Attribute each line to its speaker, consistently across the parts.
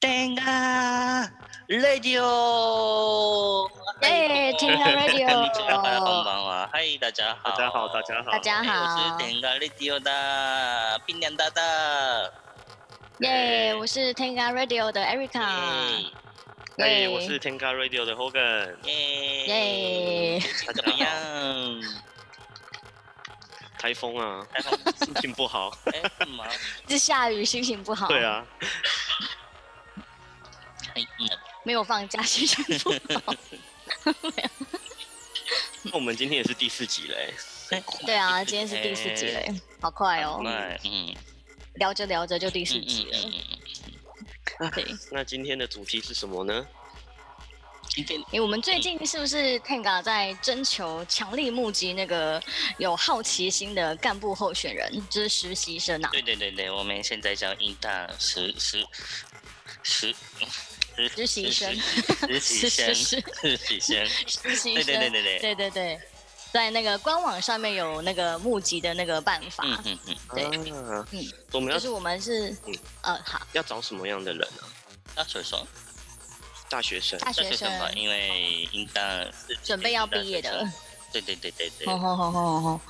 Speaker 1: 听啊，radio。
Speaker 2: 哎，听了 radio，
Speaker 1: は。はい、大家好。
Speaker 3: 大家好，大家好，
Speaker 2: 大家
Speaker 1: 哎我是，
Speaker 2: 好
Speaker 1: 点个 radio 的冰凉大大。
Speaker 2: 耶，我是 Tenga Radio 的 Erica，
Speaker 1: 耶
Speaker 3: 哎、我是 Tenga Radio 的 Hogan，
Speaker 1: 耶最
Speaker 2: 耶，
Speaker 1: 近怎么样？
Speaker 3: 台 风啊，
Speaker 1: 台风？
Speaker 3: 心情不好。
Speaker 1: 哎，什么？
Speaker 2: 这下雨心情不好，
Speaker 3: 对，啊，
Speaker 1: 哎嗯，
Speaker 2: 没有放假心情 不好，
Speaker 3: 那我们今天也是第四集嘞、
Speaker 1: 哎
Speaker 2: 对啊，今天是第四集嘞，好快哦
Speaker 3: 好，快
Speaker 1: 嗯，
Speaker 2: 聊着聊着就
Speaker 1: 第
Speaker 2: 第四集
Speaker 1: 嗯
Speaker 2: 了，对，
Speaker 3: 那今天的主题是什么呢？
Speaker 1: 今天
Speaker 2: 哎因为我们最近是不是 Tenga 在征求强力募集那个有好奇心的干部候选人，就是实习生啊，
Speaker 1: 对对对对，我们现在叫 intern 实实实
Speaker 2: 实习生，
Speaker 1: 实习生， 实习生，
Speaker 2: 实 习
Speaker 1: 对对
Speaker 2: 生，
Speaker 1: 对对对，
Speaker 2: 对对对，在那个官网上面有那个募集的那个办法，
Speaker 1: 嗯嗯嗯，
Speaker 2: 对
Speaker 3: 啊
Speaker 2: 嗯
Speaker 3: 我们要、
Speaker 2: 就是我们是
Speaker 3: 嗯，
Speaker 2: 呃，好，
Speaker 3: 要找什么样的人啊？
Speaker 1: 大学生，
Speaker 3: 大学生，
Speaker 2: 大
Speaker 1: 大
Speaker 2: 学
Speaker 1: 学
Speaker 2: 生
Speaker 1: 生吧，因为 intern 是
Speaker 2: 准备要毕业的，
Speaker 1: 对对对对对，
Speaker 2: 吼吼吼吼吼。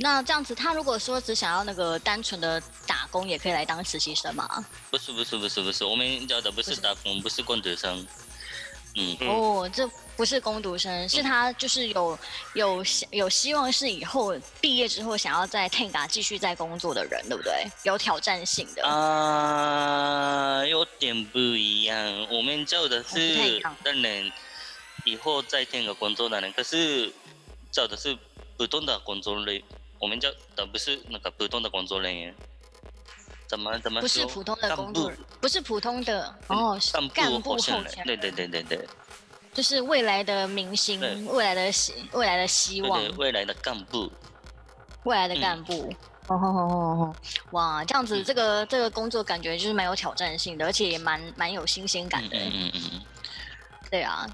Speaker 2: 那这样子，他如果说只想要那个单纯的打工，也可以来当实习生嘛？
Speaker 1: 不是不是不是不是，我们教的不
Speaker 2: 不
Speaker 1: 是
Speaker 2: 是
Speaker 1: 打工，不是工读生，嗯，
Speaker 3: 嗯
Speaker 2: 哦，这不是工读生，是他就是有有有希望是以后毕业之后想要在 Tenga 继续在工作的人，对不对？有挑战性的。
Speaker 1: 啊，有点不一样。我们教的
Speaker 2: 哦不太一
Speaker 1: 是
Speaker 2: 样
Speaker 1: 让人以后在天个工作的人，可是教的是普通的工作类，我们教的不是那个普通的工作人员。怎么怎么
Speaker 2: 不
Speaker 1: 说？
Speaker 2: 是普通的
Speaker 1: 干
Speaker 2: 工作
Speaker 1: 部嗯
Speaker 2: 人，不是普通的哦，是干
Speaker 1: 干
Speaker 2: 部
Speaker 1: 部
Speaker 2: 候
Speaker 1: 候
Speaker 2: 选
Speaker 1: 选
Speaker 2: 人
Speaker 1: 人，，对对对对对
Speaker 2: 就是未来的明星
Speaker 1: 对，
Speaker 2: 未来的希，未来的希
Speaker 1: 对
Speaker 2: 望
Speaker 1: 对，，未来的干部，
Speaker 2: 未来的干部。哦吼吼吼吼！哇，这样子，
Speaker 1: 嗯
Speaker 2: 这个这个工作感觉就是蛮有挑战性的，而且也蛮蛮有新鲜感
Speaker 1: 嗯
Speaker 2: 的。
Speaker 1: 嗯嗯嗯，
Speaker 2: 对啊，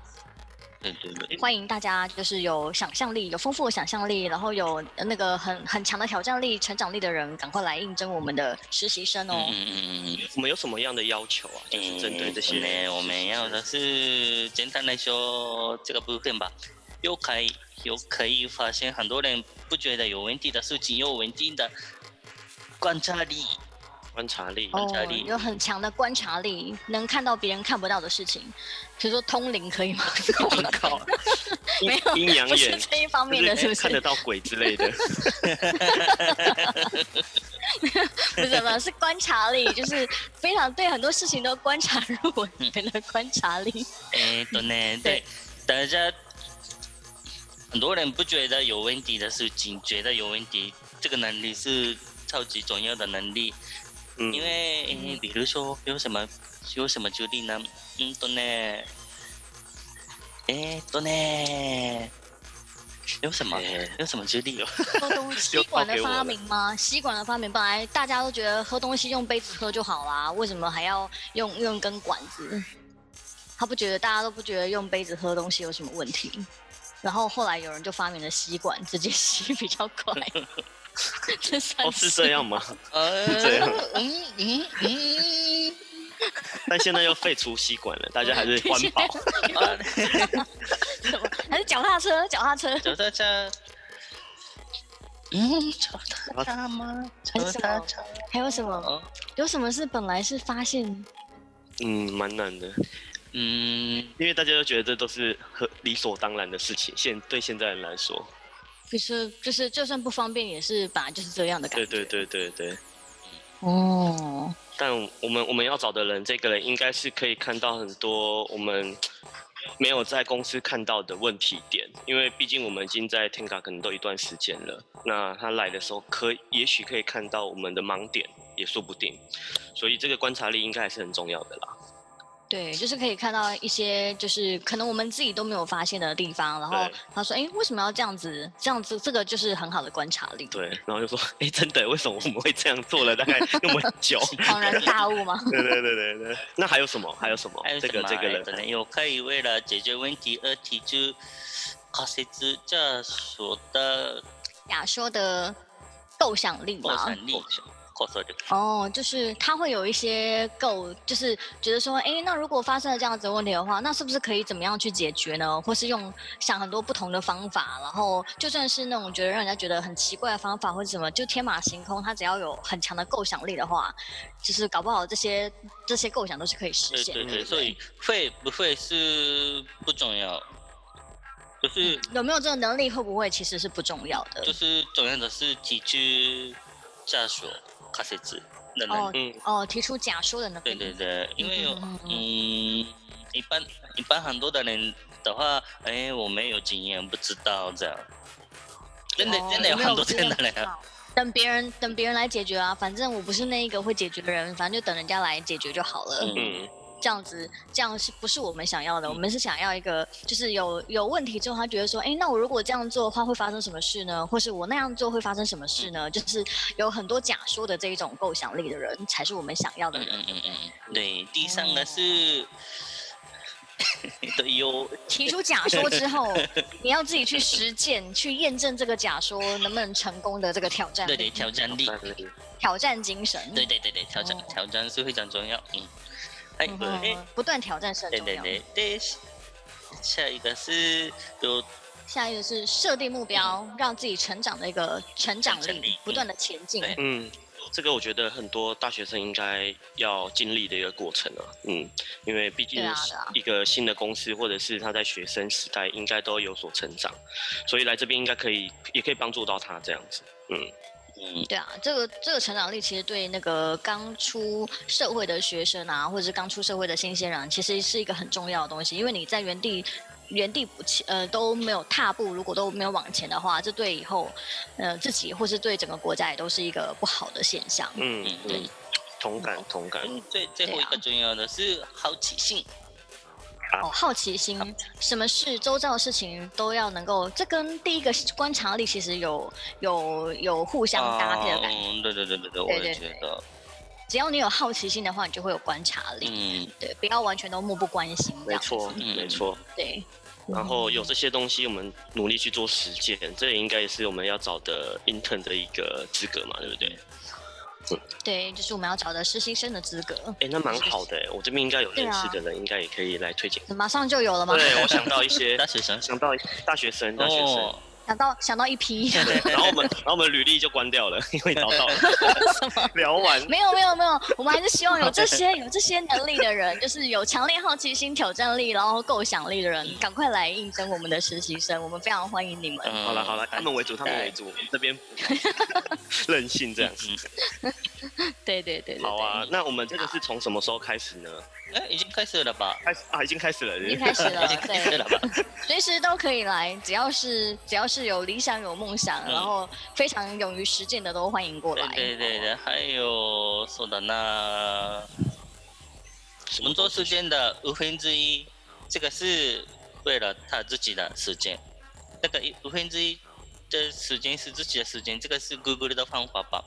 Speaker 1: 对对对，
Speaker 2: 欢迎大家就是有想象力、有丰富的想象力，然后有呃那个很很强的挑战力、成长力的人，赶快来应征我们的实习生哦。
Speaker 1: 嗯嗯嗯嗯嗯。
Speaker 3: 我们有什么样的要求
Speaker 2: 嗯
Speaker 3: 啊？就是针对这些
Speaker 1: 呢，我们要的是简单来说这个部分吧，又可以又可以发现很多人不觉得有问题的事情，有问题的观察力，
Speaker 3: 观察力，啊
Speaker 1: 观察力
Speaker 2: 哦有很强的观察力，能看到别人看不到的事情，比如说通灵可以吗？
Speaker 3: 我靠，
Speaker 2: 没有
Speaker 3: 阴阴阳
Speaker 2: 不是
Speaker 3: 眼，
Speaker 2: 这一方面的，是
Speaker 3: 就
Speaker 2: 不
Speaker 3: 是哎看
Speaker 2: 是
Speaker 3: 得？到鬼之类 的。
Speaker 2: 不是不是，是观察力，就是非常对很多事情都观察入微的观察力。
Speaker 1: 哎，对呢，对，大家很多人不觉得有问题的事情，觉得有问题，这个能力是超级重要的能力。
Speaker 3: 嗯
Speaker 1: 因为、诶比如说有什么有什么举例呢？嗯，とね，えー、っとね，有什么
Speaker 3: 诶
Speaker 1: 有什么举 例？
Speaker 2: 喝东西
Speaker 3: 又
Speaker 2: 吸管
Speaker 3: 抛
Speaker 2: 的
Speaker 3: 给我
Speaker 2: 发
Speaker 3: 了
Speaker 2: 明吗？吸管的发明，本来大家都觉得喝东西用杯子喝就好啦，为什么还要用用根管子？他不觉得，大家都不觉得用杯子喝东西有什么问题。然后后来有人就发明了吸管，直接吸比较 快。这算
Speaker 3: 哦，是这样吗？
Speaker 1: 呃，
Speaker 3: 这样
Speaker 1: 嗯嗯嗯，
Speaker 3: 但现在又废除吸 管了，大家还是环保。
Speaker 1: 啊，
Speaker 2: 是什么？ 还是脚踏车？脚踏车？
Speaker 1: 脚踏车，嗯，脚踏车吗？脚
Speaker 2: 还是什
Speaker 1: 踏
Speaker 2: 么
Speaker 1: 车，
Speaker 2: 还有什么？
Speaker 1: 哦
Speaker 2: 有什么是本来是发现
Speaker 3: 嗯，蛮难的，
Speaker 1: 嗯，
Speaker 3: 因为大家都觉得这都是很理所当然的事情。现对现在人来说，
Speaker 2: 就是就是，就算不方便也是本来就是这样的感
Speaker 3: 对
Speaker 2: 觉。
Speaker 3: 对。对对对。
Speaker 2: 哦，
Speaker 3: 但我们我们要找的人，这个人应该是可以看到很多我们没有在公司看到的问题点，因为毕竟我们已经在 Tenga 可能都一段时间了。那他来的时候可，也许可以看到我们的盲点，也说不定。所以这个观察力应该还是很重要的啦。
Speaker 2: 对，就是可以看到一些就是可能我们自己都没有发现的地方，然后
Speaker 3: 对
Speaker 2: 他说：“哎，为什么要这样子？这样子，这个就是很好的观察力。”，
Speaker 3: 对，然后就说，哎，真的，为什么我们会这样做了大概那么久？
Speaker 2: 恍然大悟 吗？
Speaker 3: 对对对对对。那还有什么？还有什么？
Speaker 1: 还有
Speaker 3: 这
Speaker 1: 什
Speaker 3: 个
Speaker 1: 么哎
Speaker 3: 这个
Speaker 1: 可
Speaker 3: 人，
Speaker 1: 能有可以为了解决问题而提出仮説这所的
Speaker 2: 假说的构想力
Speaker 1: 构
Speaker 2: 嘛，
Speaker 1: 想力，こそる。
Speaker 2: 哦，就是他会有一些够，就是觉得说，哎，那如果发生了这样子的问题的话，那是不是可以怎么样去解决呢？或是用想很多不同的方法，然后就算是那种觉得让人家觉得很奇怪的方法或者什么，就天马行空，他只要有很强的构想力的话，就是搞不好这些这些构想都是可以实
Speaker 1: 对
Speaker 2: 现的。
Speaker 1: 对对，
Speaker 2: 不
Speaker 1: 所以会不会是不重要，就是
Speaker 2: 有没有这个能力，会不会其实是不重要的
Speaker 1: 就。是重要的是提出假说、仮説的能
Speaker 2: 哦
Speaker 1: 力。
Speaker 3: 嗯，
Speaker 2: 哦，提出假说的能
Speaker 1: 对
Speaker 2: 力。
Speaker 1: 对对，因为有
Speaker 2: 嗯嗯嗯
Speaker 1: 嗯，
Speaker 2: 嗯
Speaker 1: 一般一般很多的人的话，哎，我没有经验，不知道这样。真的
Speaker 2: 哦
Speaker 1: 真的有
Speaker 2: 没有
Speaker 1: 很多这
Speaker 2: 经
Speaker 1: 样
Speaker 2: 验
Speaker 1: 的人
Speaker 2: 不知
Speaker 1: 啊，
Speaker 2: 道等别人等别人来解决啊，反正我不是那一个会解决的人，反正就等人家来解决就好了。
Speaker 1: 嗯
Speaker 3: 嗯，
Speaker 2: 这样子，这样是不是我们想要的？我们是想要一个，就是有有问题之后，他觉得说，哎、那我如果这样做的话，会发生什么事呢？或是我那样做会发生什么
Speaker 1: 嗯
Speaker 2: 事呢？就是有很多假说的这一种构想力的人，才是我们想要的
Speaker 1: 嗯
Speaker 2: 人。
Speaker 1: 嗯嗯嗯嗯，对，第三个是的有
Speaker 2: 提出假说之后，你要自己去实践，去验证这个假说能不能成功的这个挑战
Speaker 1: 对
Speaker 2: 力，
Speaker 1: 对挑战力，
Speaker 2: 挑战精神。
Speaker 1: 对对对对挑战
Speaker 2: 哦
Speaker 1: 挑战是非常重要，嗯，哎
Speaker 2: 嗯，
Speaker 1: 对
Speaker 2: 哼，不断挑战是很
Speaker 1: 对
Speaker 2: 重
Speaker 1: 对
Speaker 2: 要的。
Speaker 1: 对对，下一个是有
Speaker 2: 下一个是设定目标，让自己成长的一个成长
Speaker 1: 成长
Speaker 2: 力
Speaker 1: 力，
Speaker 2: 不断的前进。
Speaker 1: 对
Speaker 3: 嗯，这个我觉得很多大学生应该要经历的一个过程啊，嗯，因为毕竟
Speaker 2: 对啊对啊
Speaker 3: 一个新的公司或者是他在学生时代应该都有所成长，所以来这边应该可以，也可以帮助到他这样子，嗯，
Speaker 1: 嗯
Speaker 2: 对啊，这个这个成长力其实对那个刚出社会的学生啊，或者是刚出社会的新鲜人啊，其实是一个很重要的东西，因为你在原地。原地不起，呃，都没有踏步，如果都没有往前的话，这对以后，呃，自己或是对整个国家也都是一个不好的现象。
Speaker 3: 嗯
Speaker 1: 嗯对
Speaker 3: 嗯，同感同感，
Speaker 2: 嗯
Speaker 1: 最最后一个重要的是好奇心，
Speaker 2: 哦，好奇心，什么事周遭的事情都要能够，这跟第一个观察力其实有有有互相搭配的感觉。
Speaker 1: 嗯，对对对对对，我也觉得，
Speaker 2: 只要你有好奇心的话，你就会有观察力。
Speaker 1: 嗯
Speaker 2: 对，不要完全都漠不关心。这
Speaker 3: 没
Speaker 2: 样子
Speaker 3: 错
Speaker 1: 嗯
Speaker 3: 没错，
Speaker 2: 对。
Speaker 3: 然后有这些东西，我们努力去做实践，这也应该也是我们要找的 intern 的一个资格嘛，对不对？
Speaker 2: 对，就是我们要找的实习生的资格，
Speaker 3: 哎，那蛮好的，我这边应该有认
Speaker 2: 啊
Speaker 3: 识的人，应该也可以来 推荐。
Speaker 2: 马上就有了吗？
Speaker 3: 对，我想到一些
Speaker 1: 大学生
Speaker 3: 想到大学生，大学生，
Speaker 1: 哦，
Speaker 2: 想到想到一批，
Speaker 3: 然后我们，然后我们履历就关掉了，因为找到了。聊完，
Speaker 1: 嗯
Speaker 2: 没有没有没有，我们还是希望有这些有这些能力的人，就是有强烈好奇心、挑战力，然后构想力的人，赶快来应征我们的实习生，我们非常欢迎你们。
Speaker 1: 嗯
Speaker 3: 好了好了，他们为主，他们为主，我们这 边任性这样。
Speaker 1: 嗯，
Speaker 2: 对对对对对，
Speaker 3: 好啊，那我们这个是从什么时候开始呢？
Speaker 1: 哎，已经开始了吧？
Speaker 3: 开始啊，已经开始了。
Speaker 2: 已经开始
Speaker 1: 已
Speaker 2: 了
Speaker 1: 经，开始
Speaker 2: 对，
Speaker 1: 了吧？
Speaker 2: 随时都可以来，只要是只要是有理想、有梦想，
Speaker 1: 嗯
Speaker 2: 然后非常勇于实践的都欢迎过
Speaker 1: 对
Speaker 2: 来。
Speaker 1: 对对对，还有そうだな，
Speaker 3: 什么
Speaker 1: 工作时间的五分之一，这个是为了他自己的时间，那个一五分之一的时间是自己的时间，这个是 Google 的方法吧？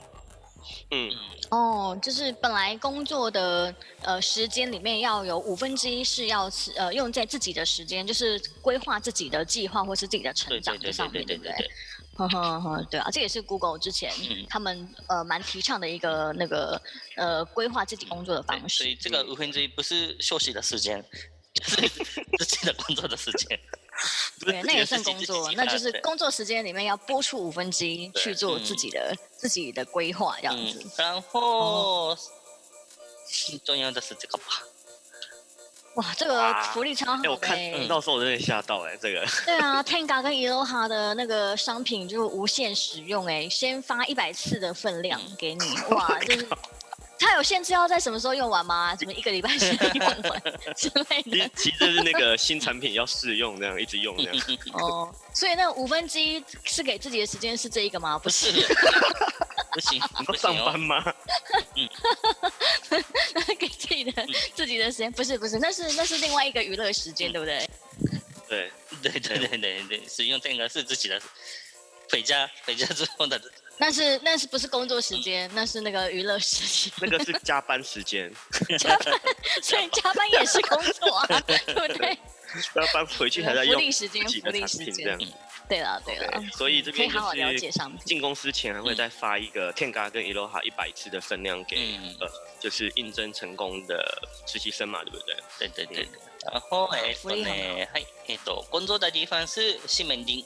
Speaker 3: 嗯，
Speaker 2: 哦，就是本来工作的呃时间里面要有五分之一是要是呃用在自己的时间，就是规划自己的计划或是自己的成
Speaker 1: 对
Speaker 2: 长
Speaker 1: 对
Speaker 2: 这
Speaker 1: 对
Speaker 2: 上
Speaker 1: 对
Speaker 2: 面，
Speaker 1: 对对
Speaker 2: 对不
Speaker 1: 对
Speaker 2: 对？
Speaker 1: 对，
Speaker 2: 呵呵呵，对啊，这也是 Google 之前
Speaker 1: 嗯
Speaker 2: 他们呃蛮提倡的一个那个呃规划自己工作的
Speaker 1: 对
Speaker 2: 方
Speaker 1: 所
Speaker 2: 式。
Speaker 1: 以这个五分之一不是休息的时间，就是自己的工作的时间。
Speaker 2: 对，那也算工作，那就是
Speaker 1: 对
Speaker 2: 工作时间里面要拨出五分之一
Speaker 1: 对
Speaker 2: 去做
Speaker 1: 嗯
Speaker 2: 自己的自己的规划，这样子。
Speaker 1: 嗯、然后、重要的是这个吧，
Speaker 2: 哇，这个
Speaker 3: 哇
Speaker 2: 福利超好
Speaker 3: 哎，我
Speaker 2: 的
Speaker 3: 看
Speaker 2: 欸、
Speaker 3: 到时候我真的吓到哎，这个
Speaker 2: 对 啊，Tenga 跟 Eloha 的那个商品就是无限使用、哎，先发一百次的分量
Speaker 3: 嗯
Speaker 2: 给你， 哇，就是它有限制要在什么时候用完吗？什么一个礼拜之内用 完之类
Speaker 3: 其
Speaker 2: 的
Speaker 3: 实其实就是那个新产品要试用，这样一直用这样。
Speaker 2: 哦。所以那五分之一是给自己的时间是这一个吗？不
Speaker 1: 不是
Speaker 2: 是，，
Speaker 1: 不行，
Speaker 3: 你
Speaker 1: 不
Speaker 3: 说
Speaker 1: 行
Speaker 3: 上
Speaker 1: 哦
Speaker 3: 班，吗？
Speaker 2: 给自己
Speaker 3: 嗯
Speaker 2: 的自己的时间不是不是，那是那是另外一个娱乐时
Speaker 3: 嗯
Speaker 2: 间，对不对？
Speaker 3: 对，
Speaker 1: 对对对对对，使用这个是自己的，回家回家之后的，
Speaker 2: 那是那是不是工作时间？那是那个娱乐时间，
Speaker 3: 那个是加班 时间，
Speaker 2: 所以加班也是工作啊，对不对？
Speaker 3: 加班回去还在
Speaker 2: 福
Speaker 3: 用
Speaker 2: 利时间
Speaker 3: 自己
Speaker 2: 福
Speaker 3: 的
Speaker 2: 利
Speaker 3: 产
Speaker 2: 时
Speaker 3: 品
Speaker 2: 间
Speaker 3: 这样。
Speaker 2: 对了对了，
Speaker 3: 对，所以这
Speaker 2: 可以
Speaker 3: 边就
Speaker 2: 好好了解
Speaker 3: 是
Speaker 2: 商品。
Speaker 3: 进公司前还会再发一个 Tenga 跟 Eloha 一百次的分量给、
Speaker 1: 嗯
Speaker 3: 呃，就是应征成功的实习生嘛，对不对？
Speaker 1: 对对对。然后えっとね、はい、えっとゴンゾーダディファンスシメンディン。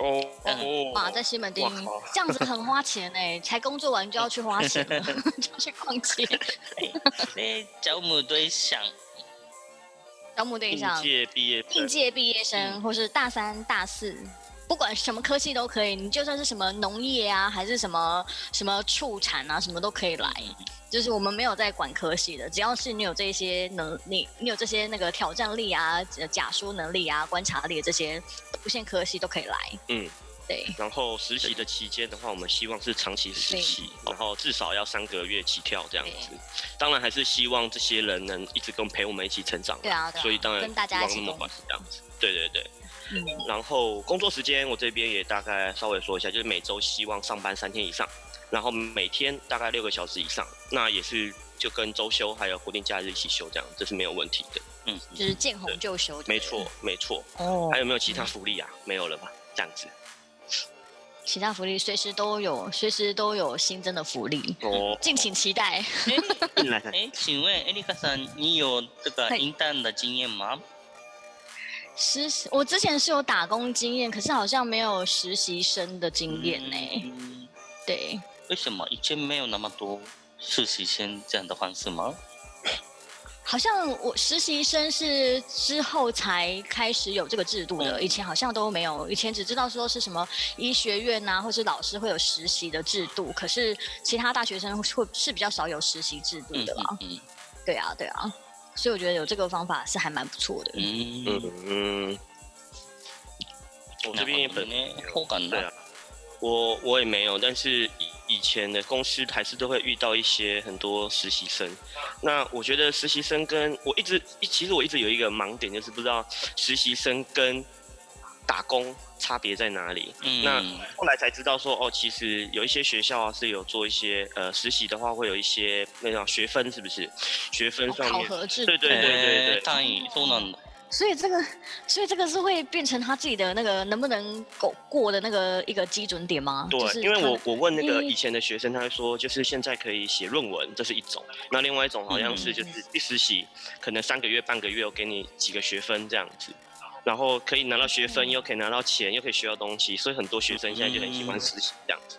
Speaker 3: 哦
Speaker 1: 嗯
Speaker 2: 哇，在西门町
Speaker 3: 哇靠
Speaker 2: 这样 子很花钱哎，才工作完就要去花钱了，就要去逛街。
Speaker 1: でジャウムドイシャン。
Speaker 2: 招募对
Speaker 3: 应
Speaker 2: 象，
Speaker 3: 届毕业
Speaker 2: 应
Speaker 3: 生，
Speaker 2: 届毕业生
Speaker 1: 嗯
Speaker 2: 或是大三、大四，不管什么科系都可以，你就算是什么农业啊，还是什么什么畜产啊，什么都可以来。就是我们没有在管科系的，只要是你有这些能，你你有这些那个挑战力啊、呃假说能力啊、观察力这些，不限科系都可以来。
Speaker 3: 嗯，
Speaker 2: 对，
Speaker 3: 然后实习的期间的话，我们希望是长期实习，然后至少要三个月起跳这样子。当然还是希望这些人能一直跟陪我们一起成长啦，
Speaker 2: 对啊对啊
Speaker 3: 所以当然
Speaker 2: 跟大家一起
Speaker 3: 希望那么
Speaker 2: 工
Speaker 3: 快是这样子。对对对，
Speaker 2: 嗯，
Speaker 3: 然后工作时间我这边也大概稍微说一下，就是每周希望上班三天以上，然后每天大概六个小时以上，那也是就跟周休还有国定假日一起休这样，这是没有问题的。
Speaker 1: 嗯。
Speaker 2: 就是见红就休。
Speaker 3: 没错，没错。
Speaker 2: 哦
Speaker 3: 还有没有其他福利啊？没有了吧？这样子。
Speaker 2: 其他福利随时都有，随时都有新增的福利，
Speaker 3: 哦，
Speaker 2: 敬请期待。
Speaker 3: 进来看。
Speaker 1: え、请问エリカさんに有这个
Speaker 2: はい
Speaker 1: インターン的经验吗？
Speaker 2: 实习，我之前是有打工经验，可是好像没有实习生的经验呢、
Speaker 1: 嗯
Speaker 2: 对，
Speaker 1: 为什么以前没有那么多实习生这样的方式吗？
Speaker 2: 好像我实习生是之后才开始有这个制度的，
Speaker 1: 嗯
Speaker 2: 以前好像都没有，以前只知道说是什么医学院啊，或是老师会有实习的制度，可是其他大学生会是比较少有实习制度
Speaker 1: 嗯
Speaker 2: 的啦。
Speaker 1: 嗯
Speaker 2: 对啊，对啊，所以我觉得有这个方法是还蛮不错的。
Speaker 1: 嗯嗯。
Speaker 3: 嗯，我这边也本
Speaker 1: ね、ほうか
Speaker 3: 对
Speaker 1: な
Speaker 3: 啊。，我我也没有，但是以以前的公司还是都会遇到一些很多实习生。那我觉得实习生跟我一直一其实我一直有一个盲点，就是不知道实习生跟打工差别在哪里。那
Speaker 1: 嗯，
Speaker 3: 后来才知道说，哦，其实有一些学校啊是有做一些呃实习的话，会有一些那种学分，是不是？学分上
Speaker 2: 考
Speaker 3: 面，
Speaker 2: 核制度
Speaker 3: 对对对对对，
Speaker 1: 単位そうなんだ。
Speaker 2: 所以这个，所以这个是会变成他自己的那个能不能过过的那个一个基准点吗？
Speaker 3: 对，
Speaker 2: 就是
Speaker 3: 因为
Speaker 2: 他
Speaker 3: 我我问那个
Speaker 2: 因为
Speaker 3: 以前的学生，他会说，就是现在可以写论文，这是一种；那另外一种好像
Speaker 1: 嗯
Speaker 3: 是就是去实习，可能三个月、半个月，我给你几个学分这样子，然后可以拿到学
Speaker 2: 嗯
Speaker 3: 分，又可以拿到钱，又可以学到东西，所以很多学生现在就很喜
Speaker 2: 嗯
Speaker 3: 欢实习这样子。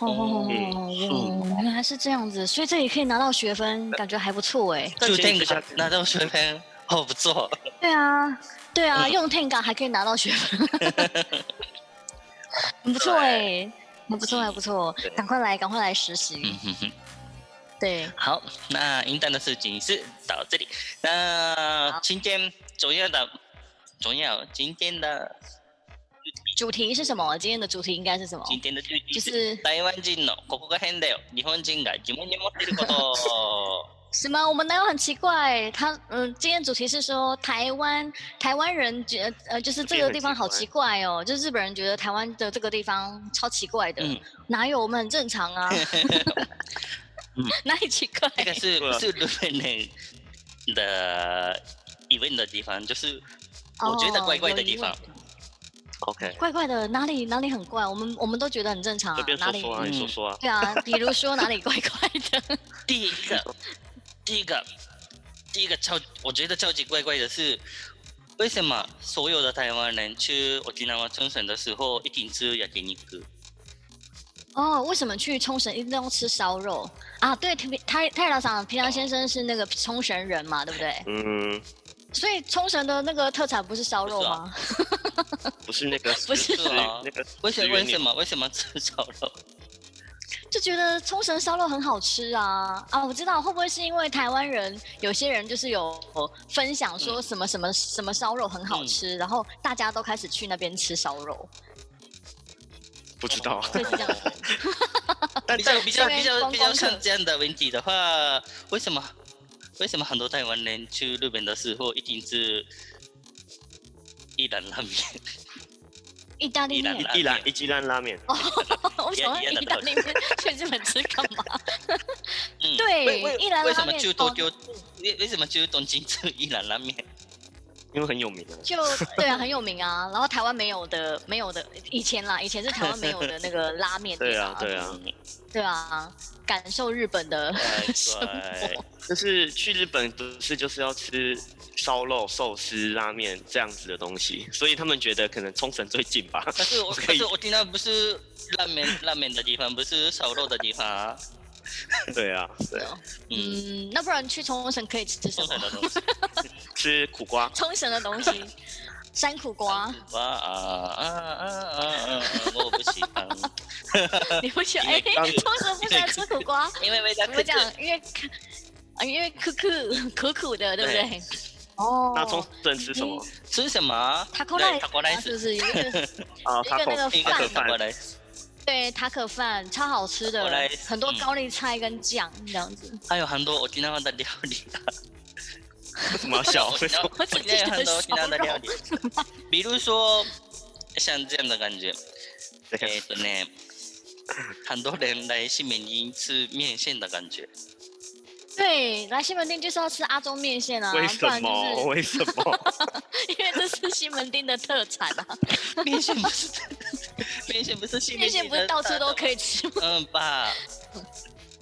Speaker 2: 哦哦
Speaker 3: 嗯
Speaker 2: 哦哦，原来是这样子，所以这也可以拿到学分，感觉还不错哎。
Speaker 3: 但
Speaker 1: 就
Speaker 3: 其
Speaker 1: 天
Speaker 3: 实
Speaker 1: 个
Speaker 3: 像
Speaker 1: 拿到学分，好不错。
Speaker 2: 对啊，对
Speaker 1: 嗯
Speaker 2: 啊，用 Tenga 还可以拿到 学分，很不错哎，很不错，还不错
Speaker 3: 对，
Speaker 2: 赶快来，赶快来实习
Speaker 1: 嗯。哼哼。
Speaker 2: 对，
Speaker 1: 好，那应当的事情是到这里。那
Speaker 2: 好
Speaker 1: 今天主要的，主要今天的
Speaker 2: 主题是什么？今天的主题应该是什么？
Speaker 1: 今天的主
Speaker 2: 就
Speaker 1: 题是
Speaker 2: 是
Speaker 1: 台湾人のここが変だよ。日本人が疑問に持っていること。
Speaker 2: 什么？我们男友很奇怪，他嗯，今天主题是说台湾台湾人觉呃，就是这个地方好奇怪哦，就日本人觉得台湾的这个地方超奇怪的，
Speaker 1: 嗯
Speaker 2: 哪有我们很正 常啊？ 哪里奇怪？
Speaker 1: 嗯这个是
Speaker 3: 对啊
Speaker 1: 是日本人的疑问的地方，就是
Speaker 2: 哦
Speaker 1: 我觉得怪怪的地方。
Speaker 2: 有疑问
Speaker 3: OK，
Speaker 2: 怪怪的哪里哪里很怪，我们我们都觉得很正常
Speaker 3: 随
Speaker 2: 啊
Speaker 3: 便，
Speaker 2: 哪里
Speaker 3: 说说啊，
Speaker 1: 哪里
Speaker 3: 你说说啊。
Speaker 2: 对啊，比如说哪里怪怪 的，
Speaker 1: 第一个，第一个，第一个超，我觉得超级怪怪的是，为什么所有的台湾人去沖縄冲绳的时候一定吃焼肉？
Speaker 2: 哦，为什么去冲绳一定要吃烧肉啊？对，泰泰老长平常先生是那个冲绳人嘛，对不对？
Speaker 3: 嗯，
Speaker 2: 所以冲绳的那个特产不是烧肉吗？
Speaker 3: 不是那个，
Speaker 2: 不是啊
Speaker 3: 那个那个，
Speaker 1: 为什
Speaker 3: 石
Speaker 1: 为
Speaker 3: 原
Speaker 1: 什么为什么吃烧肉？
Speaker 2: 就觉得冲绳烧肉很好吃啊啊！我知道会不会是因为台湾人有些人就是有分享说
Speaker 1: 嗯
Speaker 2: 什么什么、什么烧肉很好吃，
Speaker 3: 嗯
Speaker 2: 然后大家都开始去那边吃烧 肉，
Speaker 3: 不 知道。
Speaker 2: 会是这样子。
Speaker 3: 但
Speaker 1: 比
Speaker 3: 但
Speaker 1: 较比较
Speaker 2: 这边
Speaker 1: 比较
Speaker 2: 观光
Speaker 1: 比较像
Speaker 2: 客
Speaker 1: 这样的问题的话，为什么为什么很多台湾人去日本的时候一定是一兰拉面？
Speaker 2: 意大利面
Speaker 1: 意，
Speaker 3: 一兰一鸡蛋拉
Speaker 2: 哦
Speaker 3: 面，
Speaker 2: 我想问
Speaker 1: 一样的
Speaker 2: 意大利面去日本吃干嘛？
Speaker 1: 嗯
Speaker 2: 对
Speaker 1: 为为
Speaker 2: 一兰拉面
Speaker 1: 为什么去
Speaker 2: 哦
Speaker 1: 东京？为为什么去东京吃一兰拉面？
Speaker 3: 因为很有名啊。
Speaker 2: 就对啊，很有名啊。然后台湾没有的，没有的，以前啦，以前是台湾没有的那个拉面
Speaker 3: 对
Speaker 2: 店
Speaker 3: 啊，对啊，
Speaker 2: 对啊，感受日本的生
Speaker 1: 对
Speaker 2: 活。
Speaker 3: 就是去日本不是就是要吃烧肉、寿司、拉面这样子的东西，所以他们觉得可能冲绳最近吧。
Speaker 1: 可 是我，
Speaker 3: 可
Speaker 1: 可
Speaker 3: 以
Speaker 1: 是我听到不是拉面拉面的地方，不是烧肉的地方啊。
Speaker 3: 对啊，对 啊，
Speaker 1: 嗯，
Speaker 2: 嗯，那不然去冲绳可以吃什
Speaker 1: 冲 绳
Speaker 2: 么？
Speaker 1: 的东西。
Speaker 3: 吃苦瓜。
Speaker 2: 冲绳的东西，山苦 瓜，
Speaker 1: 哇啊啊啊啊啊！我不喜欢，
Speaker 2: 你不喜欢？ 哎，
Speaker 3: 当
Speaker 2: 冲绳不喜欢吃苦 瓜，
Speaker 1: 因为味道
Speaker 2: 怎么讲？因为啊，因为苦苦苦苦的，对不对？哦，
Speaker 3: 那冲绳吃什么？
Speaker 1: 吃什么？
Speaker 2: 塔扣
Speaker 1: 对
Speaker 2: 赖
Speaker 1: 塔过来
Speaker 2: 啊是
Speaker 1: 是
Speaker 2: 不是有一个
Speaker 3: 啊，
Speaker 2: 一个那个
Speaker 3: taco
Speaker 1: 一个
Speaker 2: 饭
Speaker 1: 塔过
Speaker 3: 饭
Speaker 1: 来，
Speaker 2: 对塔可饭超好吃
Speaker 1: 塔可
Speaker 2: 的
Speaker 1: 赖，
Speaker 2: 很多
Speaker 1: 嗯
Speaker 2: 高丽菜跟酱这样子。
Speaker 1: 还有很多我听到的 料理。
Speaker 3: 为什么要笑？为什么
Speaker 2: 我只
Speaker 1: 今
Speaker 2: 记得
Speaker 1: 天有很多其他的料理
Speaker 2: 烧，
Speaker 1: 比如说像这样的感觉，
Speaker 3: 这
Speaker 1: え
Speaker 3: 样
Speaker 1: っ、とね、很多人来西门町吃面线的感觉，
Speaker 2: 对，来西门町就是要吃阿中面线啊，
Speaker 3: 为
Speaker 2: 不
Speaker 3: 什
Speaker 2: 然就
Speaker 3: 么？
Speaker 2: 是
Speaker 3: 为什么？
Speaker 2: 因为这是西门町的特产啊，
Speaker 1: 面线不是面线不是 西门
Speaker 2: 面
Speaker 1: 町
Speaker 2: 线不是到处都可
Speaker 1: 以。
Speaker 2: 以吃吗？
Speaker 1: 嗯吧，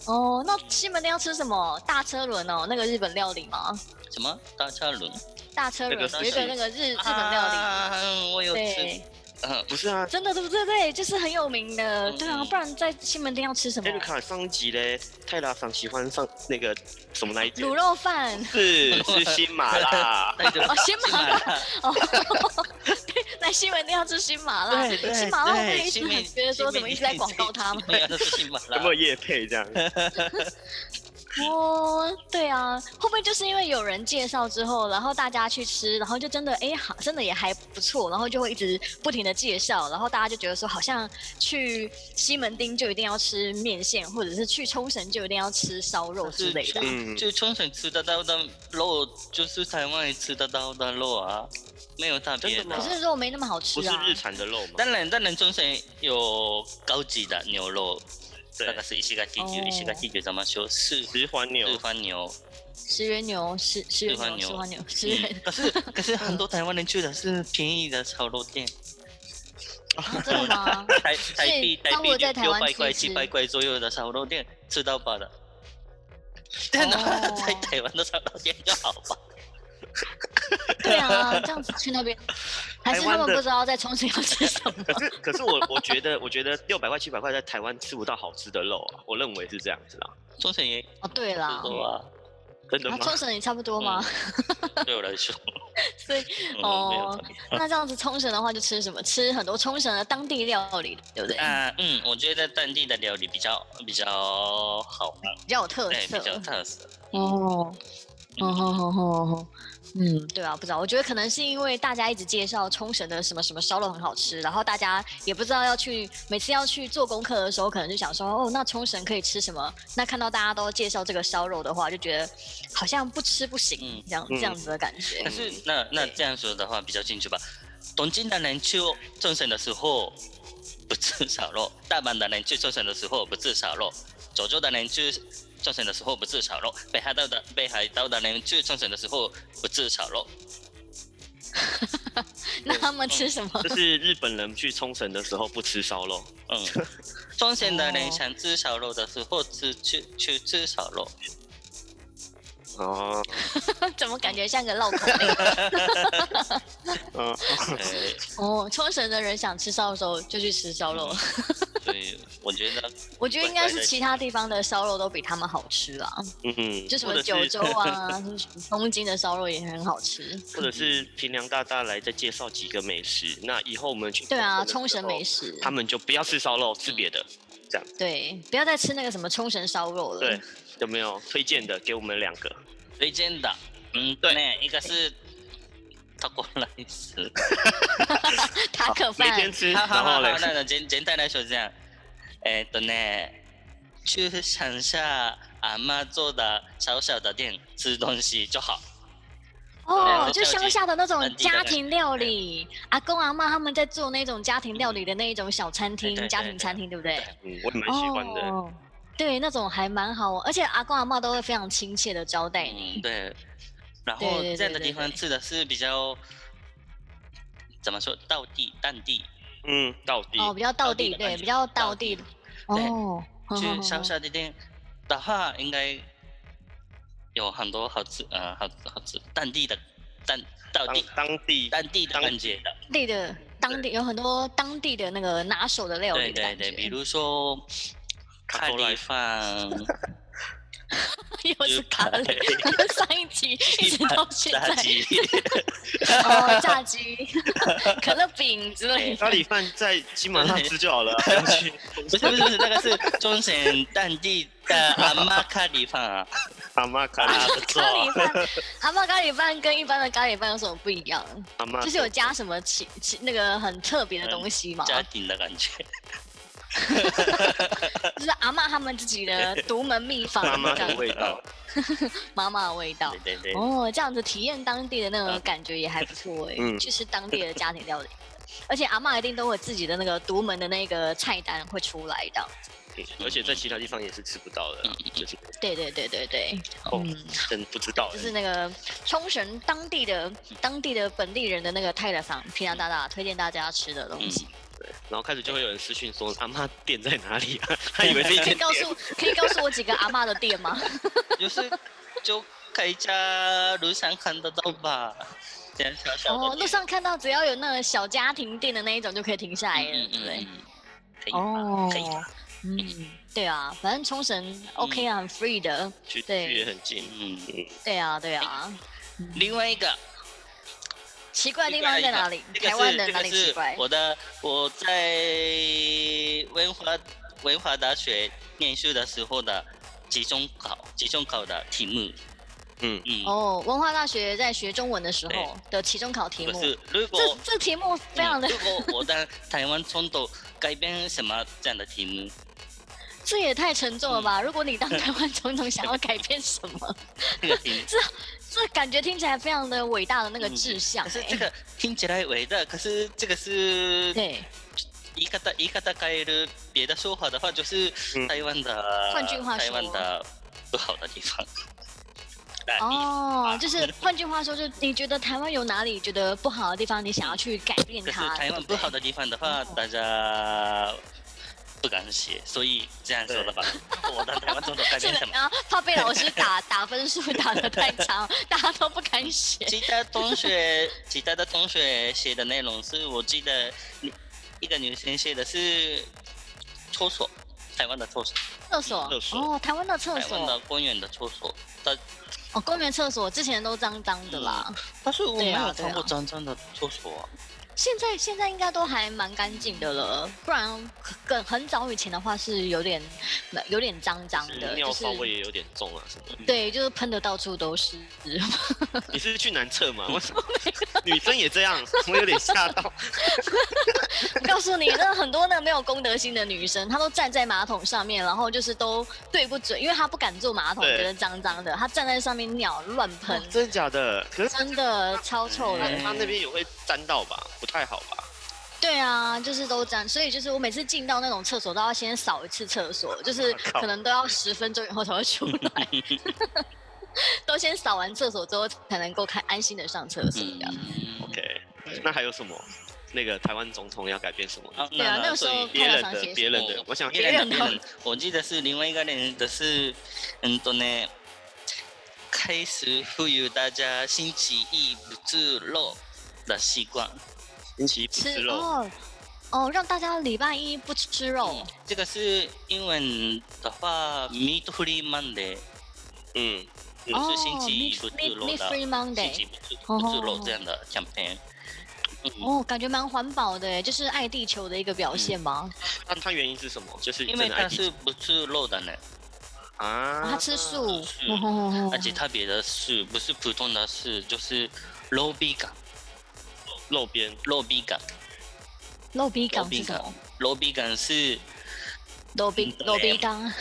Speaker 2: 哦，那西门町要吃什么？大车轮哦，那个日本料理吗？
Speaker 1: 什么大车轮？日
Speaker 2: 大车轮
Speaker 3: 那个
Speaker 2: 有一个
Speaker 3: 是
Speaker 2: 那个日日本料理，
Speaker 1: 啊，我有吃
Speaker 2: 对，，
Speaker 1: 嗯，
Speaker 3: 不是 啊，
Speaker 2: 真的对不对？对，就是很有名的，
Speaker 1: 嗯。
Speaker 2: 对啊，不然在西门町要吃什么
Speaker 3: 艾？瑞卡上一集嘞，泰拉桑喜欢上那个什么那一集？
Speaker 2: 卤肉饭
Speaker 3: 是是新马啦
Speaker 1: 那个
Speaker 2: 哦，新
Speaker 1: 西
Speaker 2: 麻
Speaker 1: 马
Speaker 2: 辣
Speaker 1: 辣，
Speaker 2: 哦， 对，来西门町要吃新麻辣，
Speaker 1: 对对
Speaker 2: 新麻辣
Speaker 1: 对
Speaker 2: 会一直
Speaker 1: 西门
Speaker 2: 很觉得说怎么一直在广告他们。
Speaker 1: 没有，那是西马
Speaker 3: 有没有
Speaker 1: 辣。
Speaker 3: 夜配 这样？
Speaker 2: 啊哦，对啊，会不会就是因为有人介绍之后，然后大家去吃，然后就真的哎，好，真的也还不错，然后就会一直不停的介绍，然后大家就觉得说，好像去西门町就一定要吃面线，或者是去冲绳就一定要吃烧肉之类的。
Speaker 3: 嗯，
Speaker 1: 就冲绳吃得到的肉，就是台湾也吃得到的肉啊，没有特别
Speaker 3: 真的
Speaker 1: 的
Speaker 3: 吗
Speaker 2: 可。是肉没那么好
Speaker 3: 不
Speaker 2: 吃
Speaker 3: 是
Speaker 2: 啊。
Speaker 3: 日产的肉吗？
Speaker 1: 当然，当然，中山有高级的牛肉，
Speaker 3: 对
Speaker 1: 那个是石垣牛，
Speaker 2: 哦
Speaker 1: 石垣牛怎么说？四
Speaker 3: 十环牛
Speaker 1: 四川牛。
Speaker 2: 石原牛，石石原
Speaker 1: 石
Speaker 2: 牛，石
Speaker 1: 花
Speaker 2: 原牛，石
Speaker 3: 嗯
Speaker 2: 原，
Speaker 1: 嗯可是可是很多台湾人去的是便宜的炒肉店，
Speaker 2: 啊真的吗？
Speaker 1: 台台币台
Speaker 2: 当
Speaker 1: 币
Speaker 2: 我在台
Speaker 1: 六
Speaker 2: 湾
Speaker 1: 百块、
Speaker 2: 去吃
Speaker 1: 七百块左右的炒肉店吃到饱 的。 真的、
Speaker 2: 哦
Speaker 1: 在台湾的炒肉店就好吧？
Speaker 2: 对啊，这样子去那边，还是
Speaker 3: 台湾
Speaker 2: 他们
Speaker 3: 的
Speaker 2: 不知道在冲绳要吃什么？
Speaker 3: 可是可是我我觉得我 觉得六百块七百块在台湾吃不到好吃的肉啊，我认为是这样子啦，
Speaker 1: 中山也
Speaker 2: 哦，对啦，
Speaker 1: 多啊，
Speaker 3: 真的
Speaker 2: 然
Speaker 3: 吗
Speaker 2: 后？冲绳也差不多嘛。
Speaker 1: 对我来说，
Speaker 2: 所以
Speaker 1: 嗯、没有
Speaker 2: 哦
Speaker 1: 特别。，
Speaker 2: 那这样子冲绳的话，就吃什么？吃很多冲绳的当地料理，对不对？
Speaker 1: 啊，嗯，我觉得当地的料理比较比较好玩，
Speaker 2: 比较有特
Speaker 1: 对，比
Speaker 2: 色。
Speaker 1: 较特色。
Speaker 2: 哦，哦吼吼吼吼。嗯，对啊，不知道，我觉得可能是因为大家一直介绍冲绳的什么什么烧肉很好吃，然后大家也不知道要去，每次要去做功课的时候，可能就想说，哦，那冲绳可以吃什么？那看到大家都介绍这个烧肉的话，就觉得好像不吃不行，
Speaker 1: 嗯
Speaker 2: 这样
Speaker 3: 嗯
Speaker 2: 这样子的感觉
Speaker 1: 可。是那那这样说的话比较清楚吧？东京的人去冲绳的时候不吃烧肉，大阪的人去冲绳的时候不吃烧肉，九州的人去冲绳的时候不吃烧肉，北海道的北海道的人去冲绳的时候不吃烧肉，
Speaker 2: 那他们吃什么？
Speaker 3: 就是日本人去冲绳的时候不吃烧肉，
Speaker 1: 嗯，冲绳的人
Speaker 2: 哦
Speaker 1: 想吃烧肉的时候吃去去吃烧肉，
Speaker 3: 哦，
Speaker 2: 怎么感觉像个绕口令？
Speaker 3: 嗯，
Speaker 1: 对，
Speaker 2: 哦，冲绳的人想吃烧肉的时候就去吃烧肉，
Speaker 1: 嗯所以我觉得
Speaker 2: 我觉得应该是其他地方的烧肉都比他们好吃啦，
Speaker 3: 嗯，
Speaker 2: 就什
Speaker 3: 或
Speaker 2: 么
Speaker 3: 者是
Speaker 2: 九州啊，什么东京的烧肉也很好吃。
Speaker 3: 或者是平良大大来再介绍几个美食，那以后我们去
Speaker 2: 对啊，
Speaker 3: 的时候
Speaker 2: 冲绳美，食，
Speaker 3: 哦他们就不要吃烧肉，吃别的，
Speaker 2: 对，不要再吃那个什么冲绳烧肉了。
Speaker 3: 对，有没有推荐的？给我们两个，
Speaker 1: 推荐的，嗯，对呢，一个是他过来吃。
Speaker 2: 塔可
Speaker 3: 每
Speaker 2: 饭
Speaker 3: 天吃，
Speaker 1: 好好 好
Speaker 3: 然后
Speaker 1: 好，
Speaker 3: 嘞，
Speaker 1: 那那简简单来说是这样，えっとね、去乡下阿妈做的小小的店吃东西就好。
Speaker 2: 哦，
Speaker 1: 对
Speaker 2: 就乡下的那种
Speaker 1: 本地的
Speaker 2: 家庭料理，阿公阿妈他们在做那种家庭料理的那一种小餐
Speaker 1: 对对
Speaker 2: 厅、
Speaker 1: 对
Speaker 2: 家庭餐厅，对不对？
Speaker 3: 嗯，我也蛮喜欢的，
Speaker 2: 哦对，那种还蛮好，而且阿公阿妈都会非常亲切的招待你。
Speaker 1: 嗯，对。然后
Speaker 2: 对对对
Speaker 1: 这样的
Speaker 2: 对
Speaker 1: 地方
Speaker 2: 对
Speaker 1: 吃的是比较怎么说，道地、淡地，
Speaker 3: 嗯，到底
Speaker 2: 哦，比较道地，
Speaker 1: 道地的感
Speaker 2: 对，
Speaker 1: 觉
Speaker 2: 比较道
Speaker 1: 道地
Speaker 2: 地的。
Speaker 1: 对
Speaker 2: 哦，好好
Speaker 1: 去
Speaker 2: 好
Speaker 1: 小
Speaker 2: 好
Speaker 1: 小的店的话，应该有很多好吃，呃，好好吃当地的当道
Speaker 3: 当
Speaker 1: 地
Speaker 2: 哦
Speaker 3: 当地
Speaker 1: 当地的
Speaker 3: 当
Speaker 1: 感觉的，
Speaker 2: 地的当地有很多当地的那个拿手的料
Speaker 1: 对
Speaker 2: 理的
Speaker 1: 对
Speaker 2: 感觉
Speaker 1: 对，，比如说
Speaker 3: 卡
Speaker 1: 咖
Speaker 3: 扣赖
Speaker 1: 喱饭、
Speaker 2: 又是咖喱。上一 集一直到现
Speaker 1: 炸
Speaker 2: 在，
Speaker 1: 鸡，
Speaker 2: 哦，炸鸡、 可乐饼之类的。
Speaker 3: 咖喱饭在金马上吃就 好了啊，不用去
Speaker 1: 不是不是不是，那个是中省当地的阿妈咖喱饭啊，
Speaker 3: 阿妈咖
Speaker 1: 啊
Speaker 3: 喱，
Speaker 1: 不
Speaker 2: 咖
Speaker 1: 错
Speaker 2: 喱
Speaker 1: 啊，
Speaker 2: 饭，阿妈咖喱饭跟一般的咖喱饭有什么不一样？
Speaker 3: 阿妈
Speaker 2: 就是有加什么其其那个很特别的东西
Speaker 3: 嗯
Speaker 2: 嘛，
Speaker 1: 家庭的感觉。
Speaker 2: 哦就是阿嬷他们自己 的独门秘方
Speaker 3: 阿妈
Speaker 2: 这
Speaker 3: 的
Speaker 2: 样，
Speaker 3: 味道，
Speaker 2: 妈妈的味道
Speaker 1: 对。对对，
Speaker 2: 哦，这样子体验当地的那个
Speaker 1: 嗯
Speaker 2: 感觉也还不 错哎、
Speaker 3: 啊嗯
Speaker 2: 去吃当地的家庭料理， 而且阿嬷一定都会有自己的那个独门的那个菜单会出来的。
Speaker 3: 嗯而且在其他地方也是吃不到
Speaker 2: 嗯
Speaker 3: 的啊，就是
Speaker 2: 对对对对对，
Speaker 3: 哦
Speaker 2: 嗯，
Speaker 3: 真不知道
Speaker 2: 就
Speaker 3: 欸，
Speaker 2: 是那个冲绳当地的当地的本地人的那个泰勒坊，平常大大推荐大家吃的东西，
Speaker 3: 对，然后开始就会有人私讯说阿妈店在哪里 啊？他以为是
Speaker 1: 嗯
Speaker 3: 一
Speaker 2: 可以
Speaker 3: 间
Speaker 2: 告
Speaker 3: 店，
Speaker 2: 诉可以告诉我几个阿嬷的店 吗？
Speaker 1: 就是就开家路上看得到吧，这样小小的
Speaker 2: 哦，
Speaker 1: 店
Speaker 2: 路上看到只要有那个小家庭店的那一种就可以停下来了，对不
Speaker 1: 嗯，
Speaker 2: 对？
Speaker 1: 可以吧
Speaker 2: 哦，
Speaker 1: 可以吧，
Speaker 2: 嗯，对啊，反正冲绳 OK 啊，很 free 的，
Speaker 3: 距
Speaker 2: 对
Speaker 3: 距也很近。
Speaker 1: 嗯。
Speaker 2: 对啊，对啊。
Speaker 1: 哎另外一个，
Speaker 2: 奇怪的地方在哪里？
Speaker 1: 这个
Speaker 2: 台湾
Speaker 1: 是
Speaker 2: 的
Speaker 1: 这
Speaker 2: 哪
Speaker 1: 个
Speaker 2: 里奇
Speaker 1: 是
Speaker 2: 怪？
Speaker 1: 我的，我在文华文华大学念书的时候的集中考，集中考的题目，
Speaker 3: 嗯，
Speaker 1: 嗯，
Speaker 2: 哦，文化大学在学中文的时候
Speaker 1: 对
Speaker 2: 的期中考题
Speaker 1: 不
Speaker 2: 目，
Speaker 1: 是，如果
Speaker 2: 这这题目非常的
Speaker 1: 嗯，如果我在台湾冲突改编什么这样的题目，
Speaker 2: 这也太沉重了吧？
Speaker 1: 嗯
Speaker 2: 如果你当台湾总统，想要改变什 么？
Speaker 1: 这个题目。
Speaker 2: 这感觉听起来非常的伟大的那个志向
Speaker 1: 嗯可是这
Speaker 2: 哎。
Speaker 1: 个听起来伟大，可是这个是
Speaker 2: 对，
Speaker 1: 言い方言い方変える别的说法的话，就是
Speaker 3: 嗯
Speaker 1: 台湾的，
Speaker 2: 换句话说
Speaker 1: 台湾的不好的地方。那你啊
Speaker 2: 哦，就是换句话说，就你觉得台湾有哪里觉得不好的地方，你想要去改变
Speaker 1: 可是
Speaker 2: 它？
Speaker 1: 台湾不好的地方的话
Speaker 2: 哦，
Speaker 1: 大家不敢写，所以这样说的吧。我的台湾总统改
Speaker 2: 这
Speaker 1: 变
Speaker 2: 个
Speaker 1: 什么？
Speaker 2: 然后怕被老师 打打分数打得太长，大家都不敢写。
Speaker 1: 其他同学，其他的同学写的内容是我记得一个女生写的是厕所，台湾的厕所，
Speaker 2: 厕所
Speaker 3: 厕所
Speaker 2: 哦，台湾的厕
Speaker 1: 台湾
Speaker 2: 所
Speaker 1: 的公园的厕所。但
Speaker 2: 哦，公园厕所之前都脏脏的啦，
Speaker 1: 但是我没
Speaker 2: 对
Speaker 1: 有
Speaker 2: 啊
Speaker 1: 看
Speaker 2: 对
Speaker 1: 过
Speaker 2: 啊
Speaker 1: 脏脏的厕所啊。
Speaker 2: 现在现在应该都还蛮干净的了，不然更很早以前的话是有点有点脏脏的，
Speaker 3: 尿
Speaker 2: 就是
Speaker 3: 骚味也有点重啊，什么？
Speaker 2: 对，就是喷的到处都是。
Speaker 3: 你是去男厕吗？为什么女生也这样？ 我有点吓到。
Speaker 2: 我告诉你，那很多那个没有公德心的女生，她都站在马桶上面，然后就是都对不准，因为她不敢坐马桶，
Speaker 3: 对
Speaker 2: 觉得脏脏的，她站在上面尿乱喷，
Speaker 3: 真的假的？可是
Speaker 2: 真的超臭的。
Speaker 1: 哎
Speaker 3: 他那边也会沾到吧？不太好吧？
Speaker 2: 对啊，就是都这样，所以就是我每次进到那种厕所都要先扫一次厕所， 就是
Speaker 3: 靠
Speaker 2: 可能都要十分钟以后才会出来，都先扫完厕所之后才能够开安心的上厕所这样。
Speaker 1: 嗯
Speaker 3: OK，那还有什么？那个台湾总统要改变什么？
Speaker 1: 啊
Speaker 2: 对啊，那个时
Speaker 1: 所以
Speaker 2: 候
Speaker 3: 别
Speaker 2: 看到想
Speaker 3: 人的，
Speaker 2: 写
Speaker 3: 别人的
Speaker 1: 我，
Speaker 3: 我想
Speaker 1: 别
Speaker 2: 别人
Speaker 1: 人
Speaker 2: 的
Speaker 1: 别人，我记得是另外一个人的是，嗯，とね、开始富有大家星期一不吃肉的习惯。
Speaker 3: 星期一不吃
Speaker 2: 吃
Speaker 3: 肉，
Speaker 2: 哦哦，让大家礼拜一不吃肉
Speaker 1: 嗯，这个是英文的话，Meat Free Monday，
Speaker 3: 嗯，嗯
Speaker 2: 哦
Speaker 1: 是星期一不吃
Speaker 2: meat-
Speaker 1: 肉
Speaker 2: meat
Speaker 1: 的，
Speaker 2: free
Speaker 1: 星期
Speaker 2: Monday，
Speaker 1: 不吃
Speaker 2: 哦
Speaker 1: 不吃肉这样的 campaign。嗯，
Speaker 2: 哦，感觉蛮环保的耶，就是爱地球的一个表现嘛。
Speaker 3: 那它原因是什么？就是
Speaker 1: 因
Speaker 3: 真
Speaker 1: 为
Speaker 3: 的爱
Speaker 1: 他
Speaker 3: 地
Speaker 1: 是不吃肉的呢，
Speaker 3: 啊，
Speaker 2: 他哦吃素，
Speaker 1: 是
Speaker 2: 哦哦
Speaker 1: 嗯而且特别的是，不是普通的是，就是肉饼感，
Speaker 3: 肉边，
Speaker 1: 肉饼感。
Speaker 2: 肉饼
Speaker 1: 肉
Speaker 2: 干是
Speaker 1: 饼
Speaker 2: 什
Speaker 1: 干
Speaker 2: 么？，
Speaker 1: 肉饼干是
Speaker 2: 肉饼
Speaker 1: 嗯
Speaker 2: 肉
Speaker 1: 啊
Speaker 2: 饼干。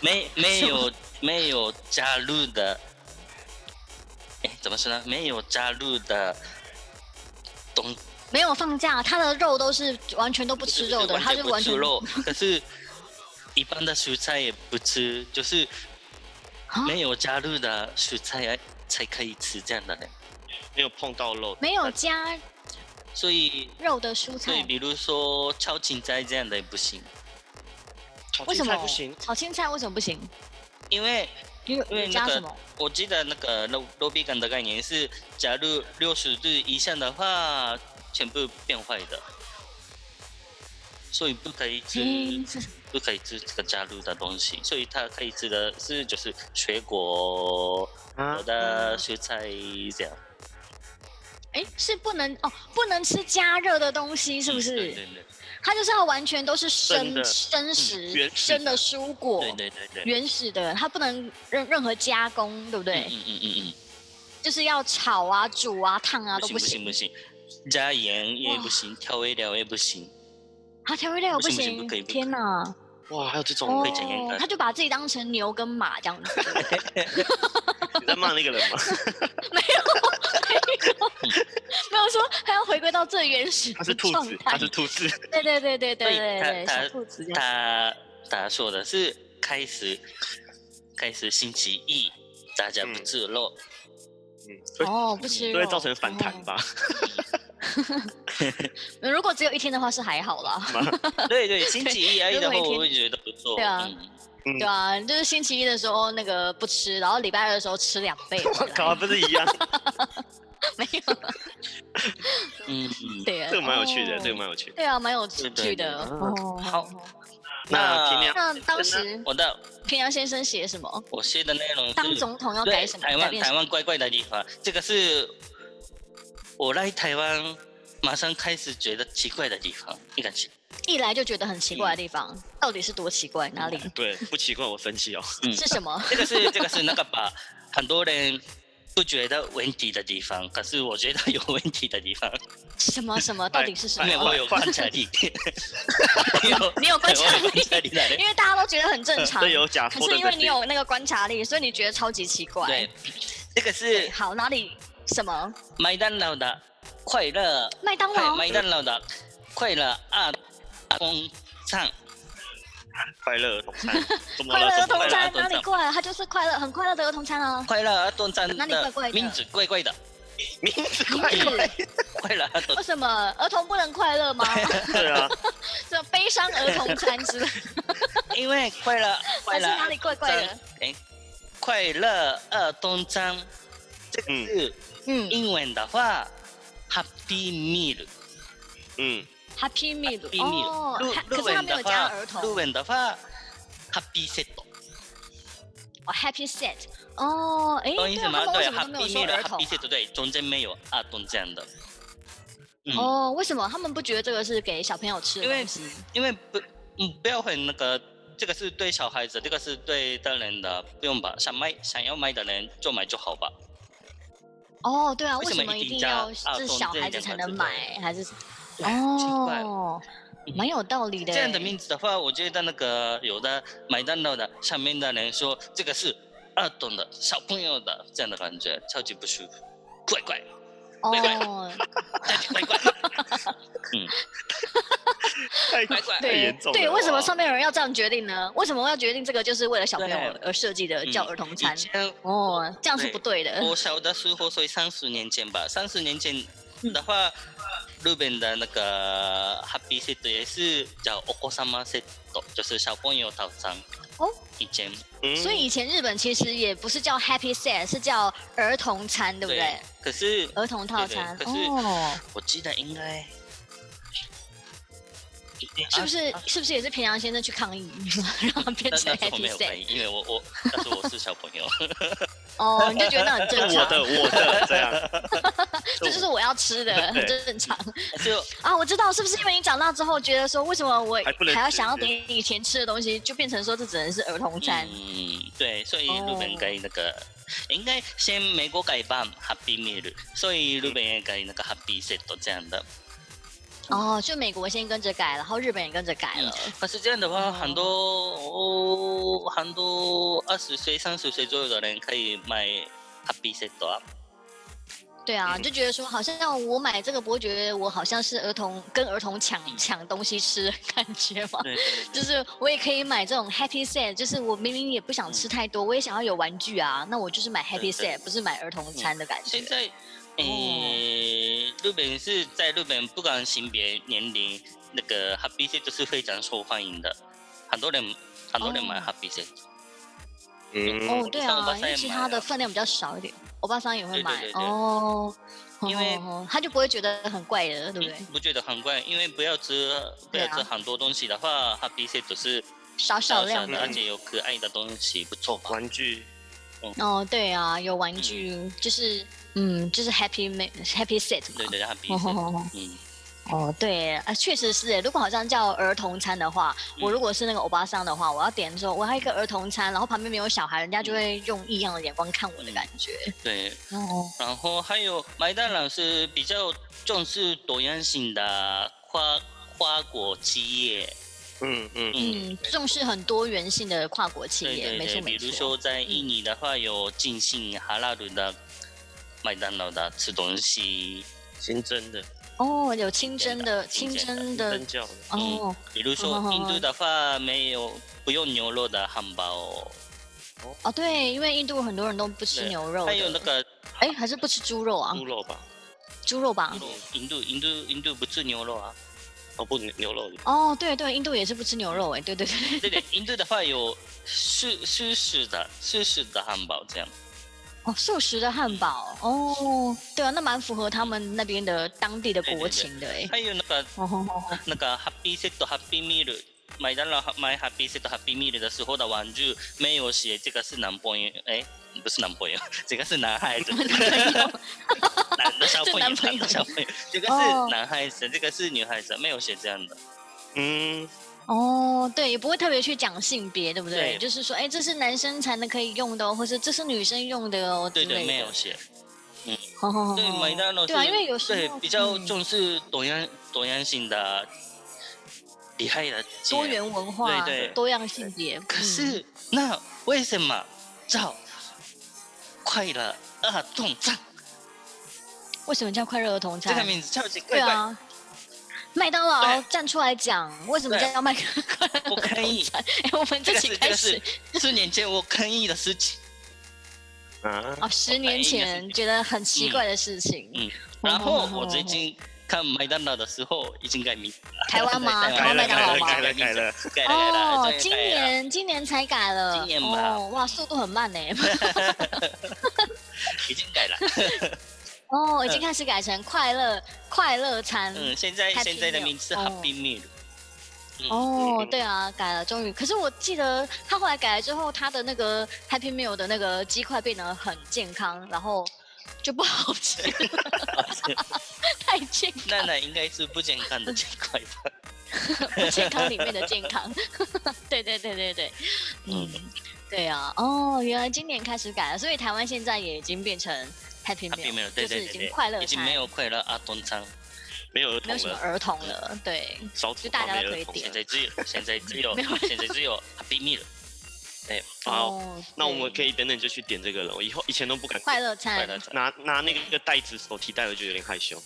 Speaker 1: 没没有没有加入的，哎，怎么说呢？没有加入的东，
Speaker 2: 没有放假，他的肉都是完全都不吃肉的，他就
Speaker 1: 不
Speaker 2: 完
Speaker 1: 吃
Speaker 2: 全
Speaker 1: 肉，可是一般的蔬菜也不吃，就是
Speaker 2: 啊
Speaker 1: 没有加入的蔬菜才可以吃这样的嘞。
Speaker 3: 没有碰到肉，
Speaker 2: 没有加
Speaker 1: 所以，
Speaker 2: 肉的蔬
Speaker 1: 所以
Speaker 2: 菜，
Speaker 1: 比如说超芹菜这样的也不行，
Speaker 3: 炒
Speaker 2: 为
Speaker 3: 青
Speaker 2: 什
Speaker 3: 菜
Speaker 2: 么
Speaker 3: 不行，
Speaker 2: 炒青菜为什么不行？
Speaker 1: 因为
Speaker 2: 因
Speaker 1: 因为
Speaker 2: 为
Speaker 1: 那
Speaker 2: 加
Speaker 1: 个
Speaker 2: 什么？
Speaker 1: 我记得那个 low low 币感的概念是，假如六十度以上的话，全部变坏的，所以不可以吃，
Speaker 2: 嗯，是
Speaker 1: 不可以吃这个加入的东西，所以它可以吃的是就是水果、
Speaker 3: 啊
Speaker 1: 我
Speaker 2: 嗯
Speaker 1: 的蔬菜这样，
Speaker 2: 哎，是不能哦，不能吃加热的东西，是不
Speaker 1: 对
Speaker 2: 是？
Speaker 1: 对对
Speaker 2: 它就是要完全都是
Speaker 3: 真的
Speaker 2: 生生食
Speaker 1: 嗯
Speaker 3: 原、始
Speaker 2: 生的蔬果
Speaker 1: 对、对对对，
Speaker 2: 原始的，它不能任任何加工，对不对？
Speaker 1: 嗯嗯嗯嗯
Speaker 2: 就是要炒啊、煮啊、烫啊
Speaker 1: 嗯，
Speaker 2: 都
Speaker 1: 不行
Speaker 2: 行
Speaker 1: 不。行不行，加盐也不行，调味料也不行，
Speaker 2: 啊，调味料
Speaker 1: 不
Speaker 2: 不
Speaker 1: 行不行不可以不可以
Speaker 2: 天哪！
Speaker 3: 哇，还有这种
Speaker 2: 哦
Speaker 1: 会怎样的，
Speaker 2: 他就把自己当成牛跟马这样子。
Speaker 3: 你在骂那个人 吗？
Speaker 2: 没有说他要回归到最原始
Speaker 3: 他
Speaker 2: 的
Speaker 3: 是兔
Speaker 2: 状
Speaker 3: 子，他
Speaker 2: 态
Speaker 3: 是。兔子，
Speaker 2: 对对对对对对对，
Speaker 1: 对他
Speaker 2: 小兔子这样。
Speaker 1: 他他说的是开始开始星期一大家不吃肉，
Speaker 3: 嗯，会
Speaker 2: 哦，不吃
Speaker 3: 都
Speaker 2: 肉
Speaker 3: 会造成反弹。吧？
Speaker 2: 哦如果只有一天的话是还好啦，
Speaker 3: 嗯
Speaker 2: 嗯
Speaker 1: 对对，星期一 而已的话，
Speaker 2: 如果一天
Speaker 1: 我会觉得不错。
Speaker 2: 对啊
Speaker 1: 嗯，
Speaker 3: 嗯
Speaker 2: 对啊，就是星期一的时候那个不吃，然后礼拜二的时候吃两倍。
Speaker 3: 我靠，还不是一 样？
Speaker 2: 没有
Speaker 1: 嗯嗯，
Speaker 2: 对啊，
Speaker 3: 这个蛮有趣的，
Speaker 2: 哦
Speaker 3: 这个蛮有趣的。
Speaker 2: 对啊，蛮有
Speaker 1: 对
Speaker 2: 趣
Speaker 1: 对
Speaker 2: 的。
Speaker 3: 嗯
Speaker 2: 哦，
Speaker 1: 好。
Speaker 3: 那
Speaker 1: 那
Speaker 3: 平良，
Speaker 2: 那当时
Speaker 1: 嗯我的
Speaker 2: 平阳先生写什
Speaker 3: 嗯
Speaker 2: 么？
Speaker 1: 我写的内容是
Speaker 2: 当总统要改
Speaker 1: 对
Speaker 2: 什么？
Speaker 1: 台
Speaker 2: 改
Speaker 1: 湾
Speaker 2: 变什
Speaker 1: 台
Speaker 2: 么？
Speaker 1: 湾怪怪的地方，这个是我来台湾马上开始觉得奇怪的地方，你感觉？
Speaker 2: 一来就觉得很奇怪的地方，
Speaker 3: 嗯
Speaker 2: 到底是多奇怪？哪里？
Speaker 3: 对，不奇怪，我生气哦。
Speaker 1: 嗯
Speaker 2: 是什么？
Speaker 1: 这个是这个是那个吧，很多人不觉得问题的地方，可是我觉得有问题的地方，
Speaker 2: 什么什么？到底是什
Speaker 1: 因为
Speaker 2: 么？
Speaker 1: 我有观察力。你有
Speaker 2: 你有观察
Speaker 1: 我有观察
Speaker 2: 力，
Speaker 1: 力的人
Speaker 2: 因为大家都觉得很正常啊
Speaker 3: 这。有
Speaker 1: 啊
Speaker 3: 假
Speaker 2: 可
Speaker 3: 说的
Speaker 2: 是
Speaker 3: 这
Speaker 2: 因为你
Speaker 3: 些
Speaker 2: 有那个观察力，所以你觉得超级奇怪。
Speaker 1: 对，这个
Speaker 2: 对，
Speaker 1: 是
Speaker 2: 好，哪里什么
Speaker 1: 麦当劳的快乐，
Speaker 2: 麦当
Speaker 1: 快
Speaker 2: 劳？
Speaker 1: 哎麦当劳的快乐二工厂，
Speaker 3: 快乐儿童 餐，怎么
Speaker 2: 快
Speaker 3: 了？
Speaker 2: 乐儿
Speaker 3: 怎
Speaker 2: 童
Speaker 3: 么
Speaker 1: 快乐儿
Speaker 3: 了？
Speaker 2: 餐
Speaker 1: 童
Speaker 2: 哪
Speaker 1: 餐
Speaker 2: 里怪了？它就是快乐，很快乐的儿童 餐啊。
Speaker 1: 快乐儿童餐
Speaker 2: 哪里怪怪
Speaker 1: 的
Speaker 2: 的
Speaker 1: 名字怪怪的，
Speaker 3: 名字
Speaker 2: 名
Speaker 3: 快乐，
Speaker 2: 字
Speaker 1: 快乐儿童
Speaker 2: 为什么儿童不能快 乐吗？
Speaker 3: 对啊，
Speaker 2: 什么悲伤儿童餐之类？
Speaker 1: 因为快乐 快
Speaker 2: 还是
Speaker 1: 乐
Speaker 2: 哪里怪怪的？
Speaker 1: 哎，快乐儿童餐，这个
Speaker 3: 嗯
Speaker 1: 是
Speaker 2: 嗯
Speaker 1: 英文的话，Happy Meal。
Speaker 3: 嗯，
Speaker 2: ，Happy Meal。
Speaker 1: Happy Meal
Speaker 2: 哦，它
Speaker 1: 日日
Speaker 2: 可是它
Speaker 1: 文
Speaker 2: 没有
Speaker 1: 的
Speaker 2: 加
Speaker 1: 话
Speaker 2: 儿，童。
Speaker 1: 日文的话，Happy Set。
Speaker 2: 哦，Happy Set。哦，哎，
Speaker 1: 懂
Speaker 2: 对
Speaker 1: 意
Speaker 2: 啊，
Speaker 1: 思吗？
Speaker 2: 他们为
Speaker 1: 对
Speaker 2: 什么都没有
Speaker 1: ，Happy
Speaker 2: 说
Speaker 1: Meal
Speaker 2: 儿童
Speaker 1: Happy
Speaker 2: 啊？
Speaker 1: Set 对，中间没有儿童这样的。嗯，
Speaker 2: 哦，为什么他们不觉得这个是给小朋友吃的
Speaker 1: 因为
Speaker 2: 东西？
Speaker 1: 因为不，嗯，不要很那个，这个是对小孩子，这个是对大人的，不用吧？想买想要买的人就买就好吧。
Speaker 2: 哦，对啊，
Speaker 1: 为
Speaker 2: 为
Speaker 1: 什
Speaker 2: 什
Speaker 1: 么
Speaker 2: 么
Speaker 1: 一
Speaker 2: 一
Speaker 1: 定
Speaker 2: 定
Speaker 1: 加
Speaker 2: 要
Speaker 1: 啊
Speaker 2: 是
Speaker 1: 中
Speaker 2: 小
Speaker 1: 间
Speaker 2: 孩子
Speaker 1: 两
Speaker 2: 才
Speaker 1: 个
Speaker 2: 能
Speaker 1: 字
Speaker 2: 买？还是
Speaker 1: 对奇怪了
Speaker 2: 哦，
Speaker 1: 嗯
Speaker 2: 蛮有 道理的欸。
Speaker 1: 这样的名字的话，我觉得那个有的麦当劳的上面的人说这个是儿童的小朋友的这样的感觉，超级不舒服，怪怪，
Speaker 2: 哦，
Speaker 1: 怪怪。
Speaker 3: 太
Speaker 1: 怪怪
Speaker 3: 太严重了。
Speaker 2: 对，为什么
Speaker 3: 哇
Speaker 2: 上面有人要这样决定呢？为什么要决定这个就是为了小朋友
Speaker 1: 对
Speaker 2: 而设计的
Speaker 1: 嗯
Speaker 2: 叫儿童餐
Speaker 1: 以？前
Speaker 2: 哦，这样是不对的。
Speaker 1: 我小的时候，所以三十年前吧，三十年前的话，日本的那个 Happy Set 也是叫お子様セット，就是小朋友套餐。
Speaker 2: 哦，
Speaker 1: 以前
Speaker 3: 嗯
Speaker 2: 所以以前日本其实也不是叫 Happy Set，是叫儿童餐，对不对？？
Speaker 1: 可是
Speaker 2: 儿童套餐
Speaker 1: 对对可是啊
Speaker 2: 哦，
Speaker 1: 我记得应该。一定
Speaker 2: 是不是
Speaker 1: 啊
Speaker 2: 是不是也是平阳先生去抗议，让它变
Speaker 1: 但
Speaker 2: 成
Speaker 1: 但是我没
Speaker 2: Happy
Speaker 1: 有
Speaker 2: Set？
Speaker 1: 反应，因为我我但是我是小朋 友，
Speaker 2: 哦，你就觉得那 很正
Speaker 3: 我
Speaker 2: 常，
Speaker 3: 的我的这样，
Speaker 2: 这就是我要吃 的，很
Speaker 3: 对
Speaker 2: 正常
Speaker 1: 就
Speaker 2: 啊。我知道，是不是因为你长大之后觉得说，为什么我
Speaker 3: 还不能
Speaker 2: 还要
Speaker 3: 吃
Speaker 2: 想要给你以前吃的东西，就变成说这只能是儿童餐？
Speaker 1: 嗯，对，所以
Speaker 2: 哦
Speaker 1: 日本该那个、应该先美国改版 Happy Meal，所以日本也改那个 Happy Set 这样的。
Speaker 2: 哦，就美国先跟着改，然后日本也跟着改了。
Speaker 3: 嗯
Speaker 1: 可是这样的话，
Speaker 2: 哦
Speaker 1: 很多哦，很 多二十岁、三十岁左右的人可以买 Happy Set 啊。
Speaker 2: 对啊，
Speaker 3: 嗯
Speaker 2: 就觉得说好像我买这个，不会觉得我好像是儿童跟儿童抢抢东西吃的感觉
Speaker 3: 嗯
Speaker 2: 嘛。
Speaker 1: 对对对
Speaker 2: 就是我也可以买这种 Happy Set，就是我明明也不想
Speaker 3: 嗯
Speaker 2: 吃太多，我也想要有玩具啊，那我就是买 Happy
Speaker 1: 对
Speaker 2: Set，不是买儿童餐的感
Speaker 3: 嗯
Speaker 1: 现
Speaker 2: 觉。
Speaker 1: 在，诶、
Speaker 2: 哦
Speaker 1: 日本是在日本不管性别、年龄，那个 Happy Set 是非常受欢迎的，很多人很多人买
Speaker 2: 哦
Speaker 1: Happy Set，、
Speaker 3: 嗯，
Speaker 2: 哦，对
Speaker 1: 像欧巴桑
Speaker 2: 啊，因为
Speaker 1: 也
Speaker 2: 其
Speaker 1: 买
Speaker 2: 他的
Speaker 1: 啊
Speaker 2: 分量比较少一点，欧巴桑也会
Speaker 1: 对对
Speaker 2: 买
Speaker 1: 对对
Speaker 2: 哦。吼
Speaker 1: 因为
Speaker 2: 吼吼他就不会觉得很怪的，对不对？
Speaker 1: 不觉得很怪，因为不要吃不
Speaker 2: 对
Speaker 1: 要
Speaker 2: 啊
Speaker 1: 吃很多东西的话、h a p p y Set 是
Speaker 2: 少少量
Speaker 1: 的，
Speaker 2: 的
Speaker 1: 而。且有可爱的东西，不错吧？
Speaker 3: 玩具，
Speaker 2: 哦，对啊，有玩具，就是嗯，就是 Happy Ma- Happy Set 嘛。
Speaker 1: 对对对，Happy
Speaker 2: 吼吼
Speaker 1: Set，
Speaker 2: 吼吼
Speaker 1: 嗯，
Speaker 2: 哦，对，啊，确实是耶。如果好像叫儿童餐的话，
Speaker 1: 嗯
Speaker 2: 我如果是那个欧巴桑的话，我要点说我要一个儿童餐，然后旁边没有小孩，人
Speaker 1: 嗯
Speaker 2: 家就会用异样的眼光看我的感觉。
Speaker 1: 对。
Speaker 2: 哦，
Speaker 1: 然后还有麦当劳是比较重视多样性的跨跨国企业，
Speaker 3: 嗯嗯，
Speaker 1: 嗯。
Speaker 2: 嗯，重视很多元性的跨国企
Speaker 1: 对
Speaker 2: 业，
Speaker 1: 对
Speaker 2: 没错
Speaker 1: 对，比
Speaker 2: 没
Speaker 1: 如
Speaker 2: 错。
Speaker 1: 说在
Speaker 2: 嗯
Speaker 1: 印尼的话，有进行哈拉鲁的麦当劳的吃东西，
Speaker 3: 新增的，
Speaker 2: 哦，有清真的，
Speaker 1: 清
Speaker 2: 清真
Speaker 1: 真
Speaker 2: 的
Speaker 3: 增，教的，
Speaker 2: 哦，
Speaker 1: 比如
Speaker 2: 哦
Speaker 1: 说印度的话，没有不用牛肉的汉堡，
Speaker 2: 哦，对，因为印度很多人都不吃
Speaker 1: 对
Speaker 2: 牛肉
Speaker 1: 还有那
Speaker 2: 的，
Speaker 1: 个
Speaker 2: 哎，还是不吃猪肉啊，
Speaker 3: 猪肉吧，
Speaker 2: 猪肉吧
Speaker 1: 印。度印度印度印度不吃牛肉啊，
Speaker 3: 哦不，牛牛肉的，
Speaker 2: 哦，对对，印度也是不吃牛肉，哎，对对对，
Speaker 1: 对对，印度的话有 素素食的素食的汉堡这样，
Speaker 2: 哦，素食的汉堡，哦，对啊，那蛮符合他们那边的当地的
Speaker 1: 对对
Speaker 2: 国
Speaker 1: 对
Speaker 2: 情的， 哎，
Speaker 1: 还有那个
Speaker 2: 哦吼吼吼
Speaker 1: 那个 Happy Set Happy Meal，麦当劳买 Happy Set Happy Meal 的时候的玩具没有写这个是男朋友，哎，不是男朋友，这个是男孩子，男的小朋友，
Speaker 2: 是男朋友
Speaker 1: 的小朋友，这个
Speaker 2: 哦
Speaker 1: 是男孩子，这个是女孩子，没有写这样的，
Speaker 3: 嗯，
Speaker 2: 哦，对，也不会特别去讲性别，对不对？
Speaker 1: 对
Speaker 2: 就是说，哎，这是男生才能可以用的哦，或是这是女生用的哦之
Speaker 1: 对对，
Speaker 2: 类
Speaker 1: 没
Speaker 2: 的
Speaker 1: 有。写。
Speaker 2: 好好好
Speaker 1: 对，麦当劳
Speaker 2: 对啊，
Speaker 1: 是
Speaker 2: 因为有时
Speaker 1: 对
Speaker 2: 候
Speaker 1: 比较
Speaker 2: 嗯
Speaker 1: 重视多样多样性的厉害的企业
Speaker 2: 多元文化、
Speaker 1: 对对
Speaker 2: 多样性别。
Speaker 1: 可
Speaker 2: 嗯
Speaker 1: 是那为什么叫快乐儿童餐？
Speaker 2: 为什么叫快乐儿童
Speaker 1: 这个
Speaker 2: 餐？
Speaker 1: 名字超级
Speaker 2: 对
Speaker 1: 怪怪。
Speaker 2: 啊，麦当劳
Speaker 1: 对
Speaker 2: 站出来讲，为什么
Speaker 1: 对
Speaker 2: 叫麦克快乐
Speaker 1: 我
Speaker 2: 儿
Speaker 1: 可
Speaker 2: 童
Speaker 1: 以
Speaker 2: 餐？哎，我们
Speaker 1: 这
Speaker 2: 自
Speaker 1: 个是
Speaker 2: 己
Speaker 1: 这
Speaker 2: 开
Speaker 1: 个
Speaker 2: 始
Speaker 1: 是四年前我抗议的事情，
Speaker 3: 啊，
Speaker 2: 哦，十年前觉得很奇怪的事情。
Speaker 1: 嗯
Speaker 2: 哦
Speaker 1: 然后我最，
Speaker 2: 哦哦
Speaker 1: 近看麦当劳的时候已经改名，
Speaker 2: 哦台湾吗？
Speaker 1: 改
Speaker 2: 台湾麦当劳吗？
Speaker 3: 改了改了，
Speaker 1: 改了改了，
Speaker 2: 哦
Speaker 1: 终，于
Speaker 2: 今
Speaker 1: 改了
Speaker 2: 年今年才改了，
Speaker 1: 今年吧
Speaker 2: 哦，哇，速度很慢呢。
Speaker 1: 已经改了。
Speaker 2: 哦，已经开始改成快乐快乐餐。
Speaker 1: 嗯，现在
Speaker 2: Happy
Speaker 1: 现在的名字是
Speaker 2: Meal，哦
Speaker 1: Happy Meal。嗯
Speaker 2: 哦
Speaker 3: 嗯，
Speaker 2: 对啊，改了，终于。可是我记得他后来改了之后，他的那个 Happy Meal 的那个鸡块变得很健康，然后就不好吃了， 太健
Speaker 1: 那那应该是不健康的这一块吧。
Speaker 2: 不健康里面的健康。 对对对对对，嗯，对啊，哦，原来今年开始改了，所以台湾现在也已经变成 Happy
Speaker 1: Happy
Speaker 2: Meal，
Speaker 1: Meal，对
Speaker 2: 就是
Speaker 1: 对
Speaker 2: 已
Speaker 1: 对
Speaker 2: 经
Speaker 1: 对，
Speaker 2: 快乐
Speaker 1: 已经没
Speaker 2: 餐，
Speaker 1: 有快乐儿童餐，
Speaker 3: 没有儿
Speaker 2: 没有
Speaker 3: 童
Speaker 2: 什么
Speaker 3: 了，
Speaker 2: 儿童了，对。
Speaker 3: 少
Speaker 2: 就
Speaker 3: 子
Speaker 2: 大
Speaker 3: 化
Speaker 2: 家
Speaker 3: 没
Speaker 2: 都可以
Speaker 3: 儿童
Speaker 2: 点
Speaker 1: 现
Speaker 3: 了。
Speaker 1: 在只有现在只有现在只有 Happy Meal。
Speaker 3: 哎，好，
Speaker 2: 哦
Speaker 3: 那我们
Speaker 2: 对
Speaker 3: 可以等等就去点这个了。我以后以前都不敢
Speaker 2: 快乐
Speaker 1: 快
Speaker 2: 餐
Speaker 1: 乐，餐
Speaker 3: 拿拿那个袋子手提袋，我就有点害羞。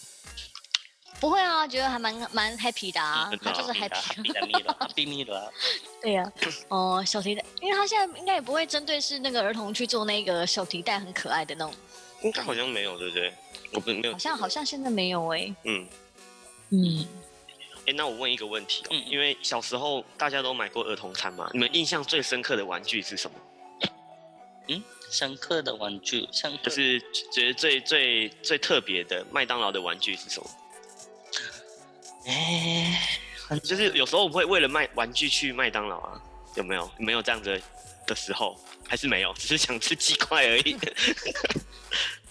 Speaker 2: 不会啊，觉得还蛮蛮 happy 的啊
Speaker 1: 嗯，
Speaker 2: 他就是 happy。
Speaker 1: Happy 的 Meal，Happy Meal 啊。
Speaker 2: 对呀、哦，手提袋，因为他现在应该也不会针对是那个儿童去做那个手提袋很可爱的那种，
Speaker 3: 应该好像没有，对不对？我不没有
Speaker 2: 好，像好像现在没有哎、
Speaker 3: 嗯，
Speaker 2: 嗯，
Speaker 3: 哎，那我问一个问题哦，
Speaker 1: 嗯
Speaker 3: 因为小时候大家都买过儿童餐嘛，你们印象最深刻的玩具是什么？
Speaker 1: 上课的玩具，上课
Speaker 3: 就是觉得最最最特别的麦当劳的玩具是什么？
Speaker 1: 哎，
Speaker 3: 就是有时候我会为了卖玩具去麦当劳啊，有没有？没有这样的的时候，还是没有，只是想吃鸡块而已。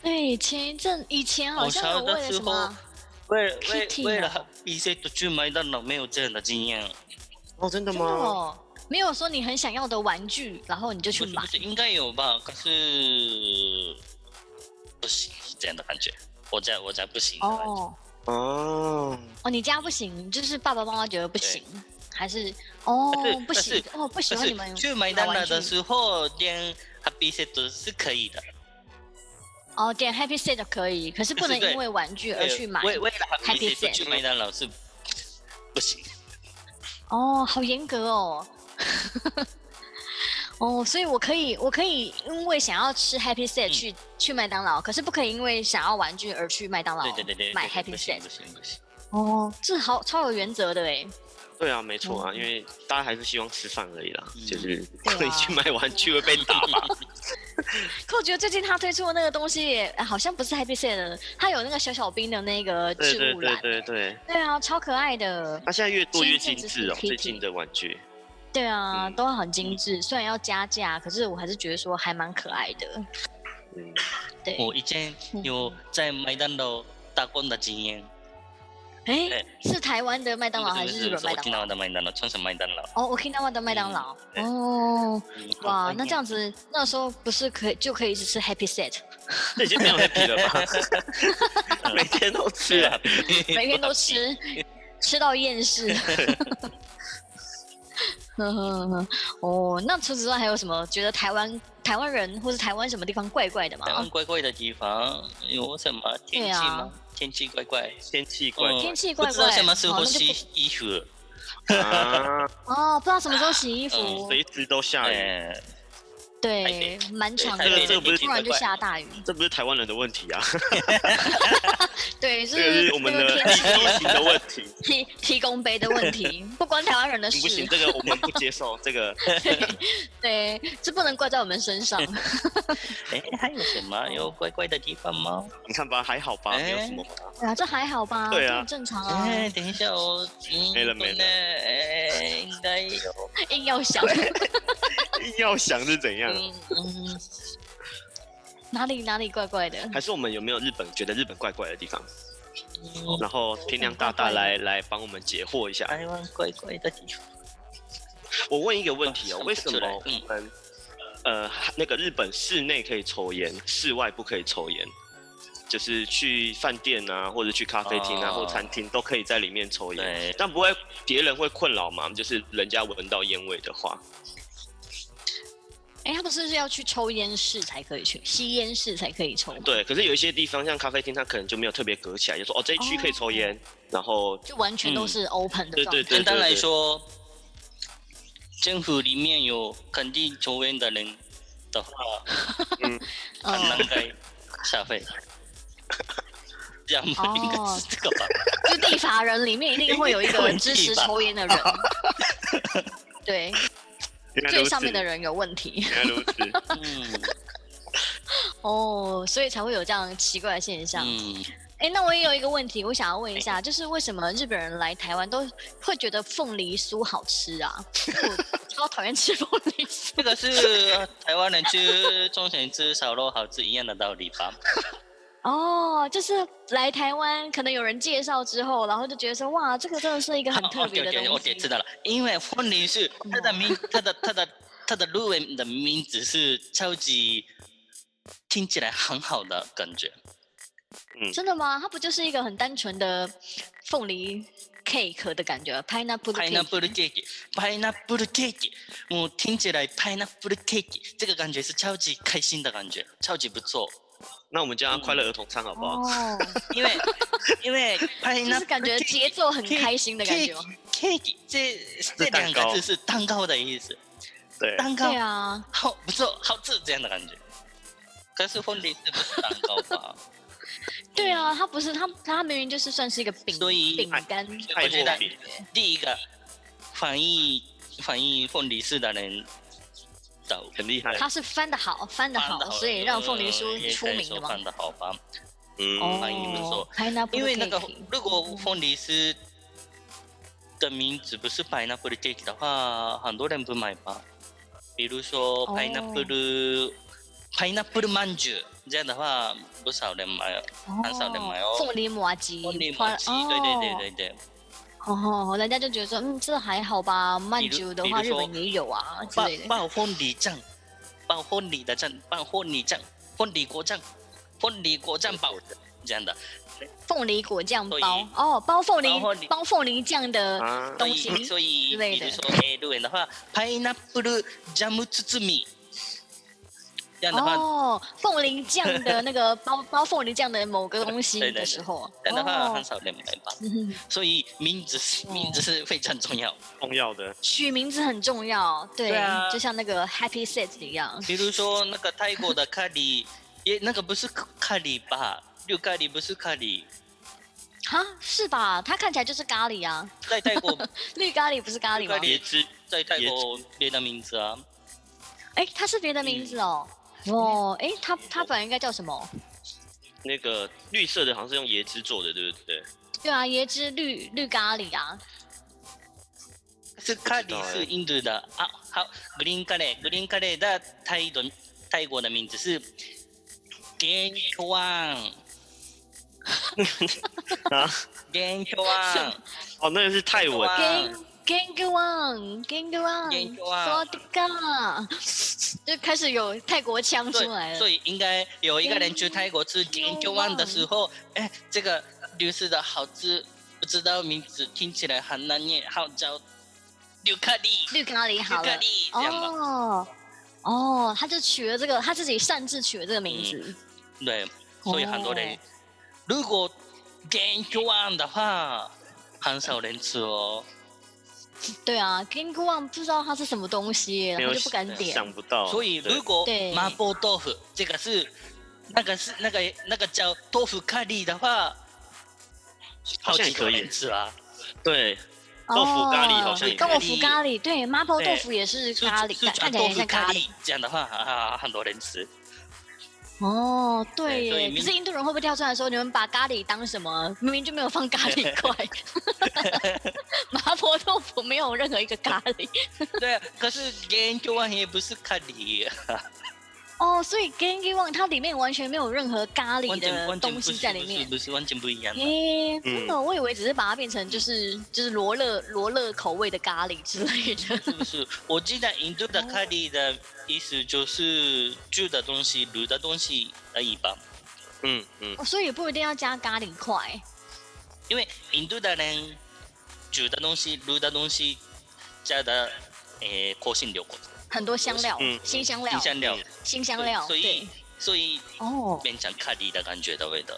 Speaker 2: 对，前一阵以前好像有为了什
Speaker 1: 哦我小
Speaker 2: 么啊
Speaker 1: 的，为了为
Speaker 2: Kitty
Speaker 1: 为
Speaker 2: 哦
Speaker 1: 了 B C 都去麦当劳没有这样的经验，
Speaker 3: 哦，真的
Speaker 2: 真的？哦，没有说你很想要的玩具，然后你就去
Speaker 1: 不是
Speaker 2: 买
Speaker 1: 不。是应该有吧？可是不行，这样的感觉，我家我家不行的感觉。
Speaker 2: 哦
Speaker 3: 哦，
Speaker 2: 哦，你家不行，就是爸爸妈妈觉得不
Speaker 1: 对
Speaker 2: 行，还是哦
Speaker 1: 但是
Speaker 2: 不
Speaker 1: 但
Speaker 2: 行
Speaker 1: 是
Speaker 2: 哦不喜
Speaker 1: 就
Speaker 2: 欢你
Speaker 1: 是
Speaker 2: 们
Speaker 1: 去麦当
Speaker 2: 买
Speaker 1: 劳
Speaker 2: 玩具
Speaker 1: 的时候，连 Happy Set 是可以的，
Speaker 2: 哦，点 Happy Set 可以，可是不能
Speaker 1: 对
Speaker 2: 因为玩具而去买。
Speaker 1: 为为了
Speaker 2: Happy
Speaker 1: Happy
Speaker 2: 线
Speaker 1: Set 去麦当劳是不行。
Speaker 2: 哦，好严格哦。 哦，所以我可以，我可以因为想要吃 Happy Set
Speaker 1: 嗯
Speaker 2: 去、去麦当劳，可是不可以因为想要玩具而去麦当劳
Speaker 1: 对对对对，
Speaker 2: 买
Speaker 1: 对
Speaker 2: Happy
Speaker 1: 不行
Speaker 2: Set
Speaker 1: 不。行不行。
Speaker 2: 哦，这好超有原则的哎。
Speaker 3: 对啊，没错啊，因为大家还是希望吃饭而已啦，
Speaker 1: 嗯
Speaker 3: 就是
Speaker 2: 嗯对啊
Speaker 3: 可以去买玩具会被 打吧？
Speaker 2: 可我觉得最近他推出的那个东西也、啊好像不是 Happy Set 的，他有那个小小兵的那个
Speaker 3: 对
Speaker 2: 置
Speaker 3: 对
Speaker 2: 物
Speaker 3: 对
Speaker 2: 篮。
Speaker 3: 对对，
Speaker 2: 对啊，超可爱的。
Speaker 3: 啊它现在越做越精致哦，
Speaker 2: 前一阵子是 Kitty
Speaker 3: 最近的玩具。
Speaker 2: 对啊，
Speaker 3: 嗯
Speaker 2: 都很精致，虽然要加价，可是我还是觉得说还蛮可爱的。
Speaker 3: 嗯，
Speaker 2: 对，
Speaker 1: 我以 前有在麦当劳打工的经验，
Speaker 2: 哎、
Speaker 1: 哎
Speaker 2: 是台湾的麦当劳还
Speaker 1: 不
Speaker 2: 是
Speaker 1: 是
Speaker 2: 日
Speaker 1: 不
Speaker 2: 本
Speaker 1: 是
Speaker 2: 麦
Speaker 1: 沖
Speaker 2: 当劳？
Speaker 1: 縄的麦当劳，冲绳麦当劳。
Speaker 2: 哦，Okinawa 的麦当劳。
Speaker 1: 嗯对
Speaker 2: 哦，
Speaker 1: 嗯
Speaker 2: 哇，那这样子那时候不是可以就可以一直吃 Happy Set，
Speaker 3: 这已经没有 happy 了 吧？每天都吃 啊，
Speaker 2: 每天都吃， 吃到厌世。 呵呵呵，哦，那除此之外还有什么觉得台湾台湾人或是台湾什么地方怪怪的吗哦
Speaker 1: 台？湾怪怪的地方有什么天气吗？天气怪怪，
Speaker 3: 天气怪
Speaker 1: 嗯
Speaker 2: 天气
Speaker 1: 不
Speaker 2: 怪
Speaker 1: 知道
Speaker 2: 怪，
Speaker 1: 什么时
Speaker 2: 好
Speaker 1: 候
Speaker 2: 那就不
Speaker 1: 洗衣服，
Speaker 3: 啊，
Speaker 2: 哦，不知道什么时候洗衣服，
Speaker 1: 嗯
Speaker 3: 随时都下雨，
Speaker 1: 哎，台
Speaker 2: 对
Speaker 1: 北，
Speaker 2: 蛮长的
Speaker 1: 台北的，
Speaker 3: 这个不是
Speaker 2: 突然就下大雨，
Speaker 3: 这不是台湾人的问题啊，
Speaker 2: 对，就
Speaker 3: 这个
Speaker 2: 是
Speaker 3: 是我们
Speaker 2: 这
Speaker 3: 的
Speaker 2: 个
Speaker 3: 地周型的问 题。
Speaker 2: 提提供杯的问题，不关台湾人的
Speaker 3: 不行，
Speaker 2: 事，
Speaker 3: 这个我们不接受，这个
Speaker 2: 对，这不能怪在我们身 上。
Speaker 1: 哎，还有什么有怪怪的地方吗？
Speaker 3: 你看吧，还好吧，
Speaker 1: 哎
Speaker 3: 没有什么吧。
Speaker 2: 对啊，这还好吧，
Speaker 3: 对啊
Speaker 2: 这很正常啊，
Speaker 1: 哎，等一下哦，嗯
Speaker 3: 没了没了
Speaker 1: 哎，应该有，
Speaker 2: 硬要想，
Speaker 3: 硬要想是怎样？
Speaker 1: 嗯嗯，
Speaker 2: 哪里哪里怪怪的，
Speaker 3: 还是我们有没有日本觉得日本怪怪的地方？
Speaker 1: 嗯
Speaker 3: 然后天亮大大来来帮我们解惑一下。
Speaker 1: 台湾怪怪的地方，
Speaker 3: 我问一个问题哦，
Speaker 1: 想
Speaker 3: 为
Speaker 1: 不
Speaker 3: 什
Speaker 1: 出
Speaker 3: 么
Speaker 1: 来
Speaker 3: 我们呃那个日本室内可以抽烟，室外不可以抽烟？就是去饭店啊，或者去咖啡厅啊，
Speaker 1: 哦
Speaker 3: 或餐厅都可以在里面抽烟，
Speaker 1: 对，
Speaker 3: 但不会别人会困扰吗？就是人家闻到烟味的话，
Speaker 2: 哎，他不是要去抽烟室才可以去，吸烟室才可以抽吗？，
Speaker 3: 对。可是有一些地方像咖啡厅，它可能就没有特别隔起来，就说哦这一区可以抽烟，然后
Speaker 2: 就完全都是 open 的
Speaker 3: 嗯对
Speaker 2: 状
Speaker 3: 对
Speaker 2: 态。
Speaker 3: 对
Speaker 1: 简单
Speaker 3: 对
Speaker 1: 来
Speaker 3: 对，
Speaker 1: 说，政府里面有肯定抽烟的人的话，很难
Speaker 2: 嗯，
Speaker 1: 改消费。哦这样吗？应该是这个吧。
Speaker 2: 就地法人里面一定会有一个支持抽烟 的人，对，
Speaker 3: 原来
Speaker 2: 最
Speaker 3: 如此
Speaker 2: 上面的，人有问题。
Speaker 3: 原来如此。
Speaker 1: 嗯
Speaker 2: 哦，所以才会有这样奇怪的现象。
Speaker 1: 嗯，
Speaker 2: 哎、那我也有一个问题，我想要问一下，就是为什么日本人来台湾都会觉得凤梨酥好吃啊？ 因为我超讨厌吃凤梨酥。
Speaker 1: 这个是呃台湾人吃中选吃烧肉好吃一样的道理吧？
Speaker 2: 哦，就是来台湾，可能有人介绍之后，然后就觉得说，哇，这个真的是一个很特别的
Speaker 1: 哦 OK，OK，
Speaker 2: 东
Speaker 1: OK，知
Speaker 2: 西。
Speaker 1: 道了。因为凤梨是它的名，它的它的它的入文的名字是超级听起来很好的感觉。
Speaker 2: 真的吗？它不就是一个很单纯的凤梨 cake 的感觉，pineapple
Speaker 1: p i n e a p
Speaker 2: cake。
Speaker 1: p l e cake，p i n e a p p l e cake，我听起来 pineapple cake 这个感觉是超级开心的感觉，超级不错。
Speaker 3: 那我们叫它快乐儿童餐好不好？
Speaker 2: 嗯哦，
Speaker 1: 因为因为 pineapple
Speaker 2: 就是感觉
Speaker 1: cake-
Speaker 2: 节奏很开心的感觉吗
Speaker 1: cake- cake 这这两
Speaker 3: 蛋
Speaker 1: 个
Speaker 3: 糕
Speaker 1: 字是蛋糕的意思，
Speaker 3: 对，
Speaker 1: 蛋糕
Speaker 2: 对啊，
Speaker 1: 好不错，好吃这样的感觉。可是婚礼是不是蛋糕吧？
Speaker 2: 对啊，它不是它，它明明就是算是一个饼
Speaker 1: 所以
Speaker 2: 饼干。
Speaker 3: 太
Speaker 1: 觉
Speaker 3: 过
Speaker 1: 得
Speaker 3: 敏。
Speaker 1: 嗯第一个翻译翻译婚礼式的人到
Speaker 3: 很厉害，
Speaker 2: 它是翻的好，翻的好，所以让凤梨酥出名的嘛
Speaker 1: 翻。的好吧？
Speaker 3: 嗯，
Speaker 1: 哦翻译不错
Speaker 2: ，pineapple
Speaker 1: 因为那个
Speaker 2: cake
Speaker 1: 如果凤梨是的名字不是 pineapple cake 的话，很多人不买吧。比如说
Speaker 2: 哦
Speaker 1: pineapple、pineapple 饅头这样的话，不少人买哦。很少人买哦
Speaker 2: 凤梨麻吉，
Speaker 1: 凤梨饅
Speaker 2: 花
Speaker 1: 头，对对对。
Speaker 2: 哦
Speaker 1: 对对。
Speaker 2: 哦，人家就觉得说，嗯，这还好吧，曼
Speaker 1: 比
Speaker 2: 酒
Speaker 1: 如
Speaker 2: 的话
Speaker 1: 比
Speaker 2: 日
Speaker 1: 如说
Speaker 2: 本也有啊之
Speaker 1: 拌
Speaker 2: 类的。
Speaker 1: 拌凤梨酱，拌凤梨的酱，拌凤梨酱，凤梨果酱，凤梨果酱包这样的。
Speaker 2: 凤梨果酱
Speaker 1: 所以
Speaker 2: 包，哦，包凤梨
Speaker 1: 包凤梨
Speaker 2: 包凤梨酱的，
Speaker 3: 啊，
Speaker 1: 所
Speaker 2: 东西
Speaker 1: 以所以
Speaker 2: 之类
Speaker 1: 比
Speaker 2: 的
Speaker 1: 如说诶，日文的话，pineapple jam 包み。这样的话，
Speaker 2: 哦，凤梨酱 的那个包包凤梨酱的某个东西
Speaker 1: 对对
Speaker 2: 的
Speaker 1: 对
Speaker 2: 时候，
Speaker 1: 这样的话很
Speaker 2: 哦，
Speaker 1: 少人明白。
Speaker 2: 嗯哼
Speaker 1: 所以名字是
Speaker 2: 哦
Speaker 1: 名字是非常重 要。
Speaker 3: 重要的
Speaker 2: 取名字很重要，对
Speaker 1: 对啊，
Speaker 2: 就像那个 Happy Set 一样，
Speaker 1: 比如说那个泰国的咖喱，也那个不是咖喱吧？绿咖喱不是咖喱，
Speaker 2: 哈，啊是吧？它看起来就是咖喱啊，
Speaker 1: 在泰国
Speaker 2: 绿咖喱不是 咖喱
Speaker 1: 绿咖
Speaker 2: 吗？
Speaker 1: 喱
Speaker 3: 椰汁
Speaker 1: 在泰国别的名字啊，
Speaker 2: 哎，它是别的名字哦。
Speaker 1: 嗯
Speaker 2: 哦，哎，它它本来应该叫什么？
Speaker 3: 那个绿色的，好像是用椰汁做的，对不对？
Speaker 2: 对啊，椰汁绿绿咖喱啊，
Speaker 1: 是咖喱
Speaker 3: 不知道
Speaker 1: 是
Speaker 3: 欸
Speaker 1: 印度的啊，好，green curry，green curry 的泰国泰国的名字是 g a n c h u a n
Speaker 3: 啊，
Speaker 1: g a n c h u a n
Speaker 3: 哦，那个是泰文，
Speaker 2: gang gang g on gang g on，
Speaker 1: 啊 Gang go
Speaker 2: 萨
Speaker 1: on
Speaker 2: 瓦迪卡， 就开始有泰国腔出来
Speaker 1: 对，
Speaker 2: 了。
Speaker 1: 所以应该有一个人去泰国吃 g a n c h u a n 的时候，哎，这个绿色的好吃，不知道名字听起来很难念，好叫绿咖喱，
Speaker 2: 绿咖喱好
Speaker 1: 绿咖
Speaker 2: 了。
Speaker 1: 喱这样吧。
Speaker 2: 哦哦，他就取了这个，他自己擅自取了这个名字。
Speaker 1: 嗯对，所以很多人、
Speaker 2: 哦
Speaker 1: 如果研究案的话，很少人吃哦。
Speaker 2: 对啊，gang g on 不知道它是什么东西耶，
Speaker 3: 没
Speaker 2: 他
Speaker 3: 有
Speaker 2: 就不敢点。
Speaker 3: 想不到。
Speaker 1: 所以
Speaker 3: 对
Speaker 1: 如果
Speaker 2: 对
Speaker 1: 麻婆豆腐这个是那个是那个那个叫豆腐咖喱的话，
Speaker 3: 好像
Speaker 1: 几
Speaker 3: 也
Speaker 1: 个
Speaker 3: 可
Speaker 1: 人
Speaker 3: 以，
Speaker 1: 吃啊。
Speaker 3: 对豆腐咖喱好像也
Speaker 2: 跟
Speaker 1: 可以
Speaker 2: 我腐咖喱，对，maple
Speaker 1: 对
Speaker 2: 豆腐也是
Speaker 1: 是
Speaker 2: 咖喱，
Speaker 1: 是
Speaker 2: 看
Speaker 1: 讲
Speaker 2: 看起来
Speaker 1: 豆
Speaker 2: 也
Speaker 1: 腐
Speaker 2: 像
Speaker 1: 咖
Speaker 2: 咖喱。
Speaker 1: 喱这样的话啊，很多人吃。
Speaker 2: 哦，
Speaker 1: 对
Speaker 2: 对
Speaker 1: 所以
Speaker 2: 耶。可
Speaker 1: 明
Speaker 2: 是印度人会不会跳出来说，你们把咖喱当什么？明明就没有放咖 喱块， 麻婆豆腐没有任何一个咖喱。
Speaker 1: 对啊，可是研究案也不是咖喱，
Speaker 2: 哦，所以 g a n g i w a n 它里面完全没有任何咖喱
Speaker 1: 完全
Speaker 2: 的
Speaker 1: 完全不
Speaker 2: 东
Speaker 1: 是
Speaker 2: 西在里
Speaker 1: 不是
Speaker 2: 面。
Speaker 1: 不是完全不一样的。
Speaker 2: 耶，真的，
Speaker 3: 嗯
Speaker 2: 我以为只是把它变成就是就是罗勒罗勒口味的咖喱之类的。
Speaker 1: 是不是？我记得印度的咖喱的意思就是煮的东西、卤的东西而已吧。
Speaker 3: 嗯嗯，
Speaker 2: 哦所以也不一定要加咖喱块。
Speaker 1: 因为印度的人煮的东西、卤的东西加的诶，呃香料、
Speaker 2: 很多香料
Speaker 3: 嗯，
Speaker 2: 新香料
Speaker 1: 新，香料，
Speaker 2: 新香料，
Speaker 1: 所以
Speaker 2: 对，
Speaker 1: 所以
Speaker 2: 哦
Speaker 1: 变成咖喱的感觉的味道。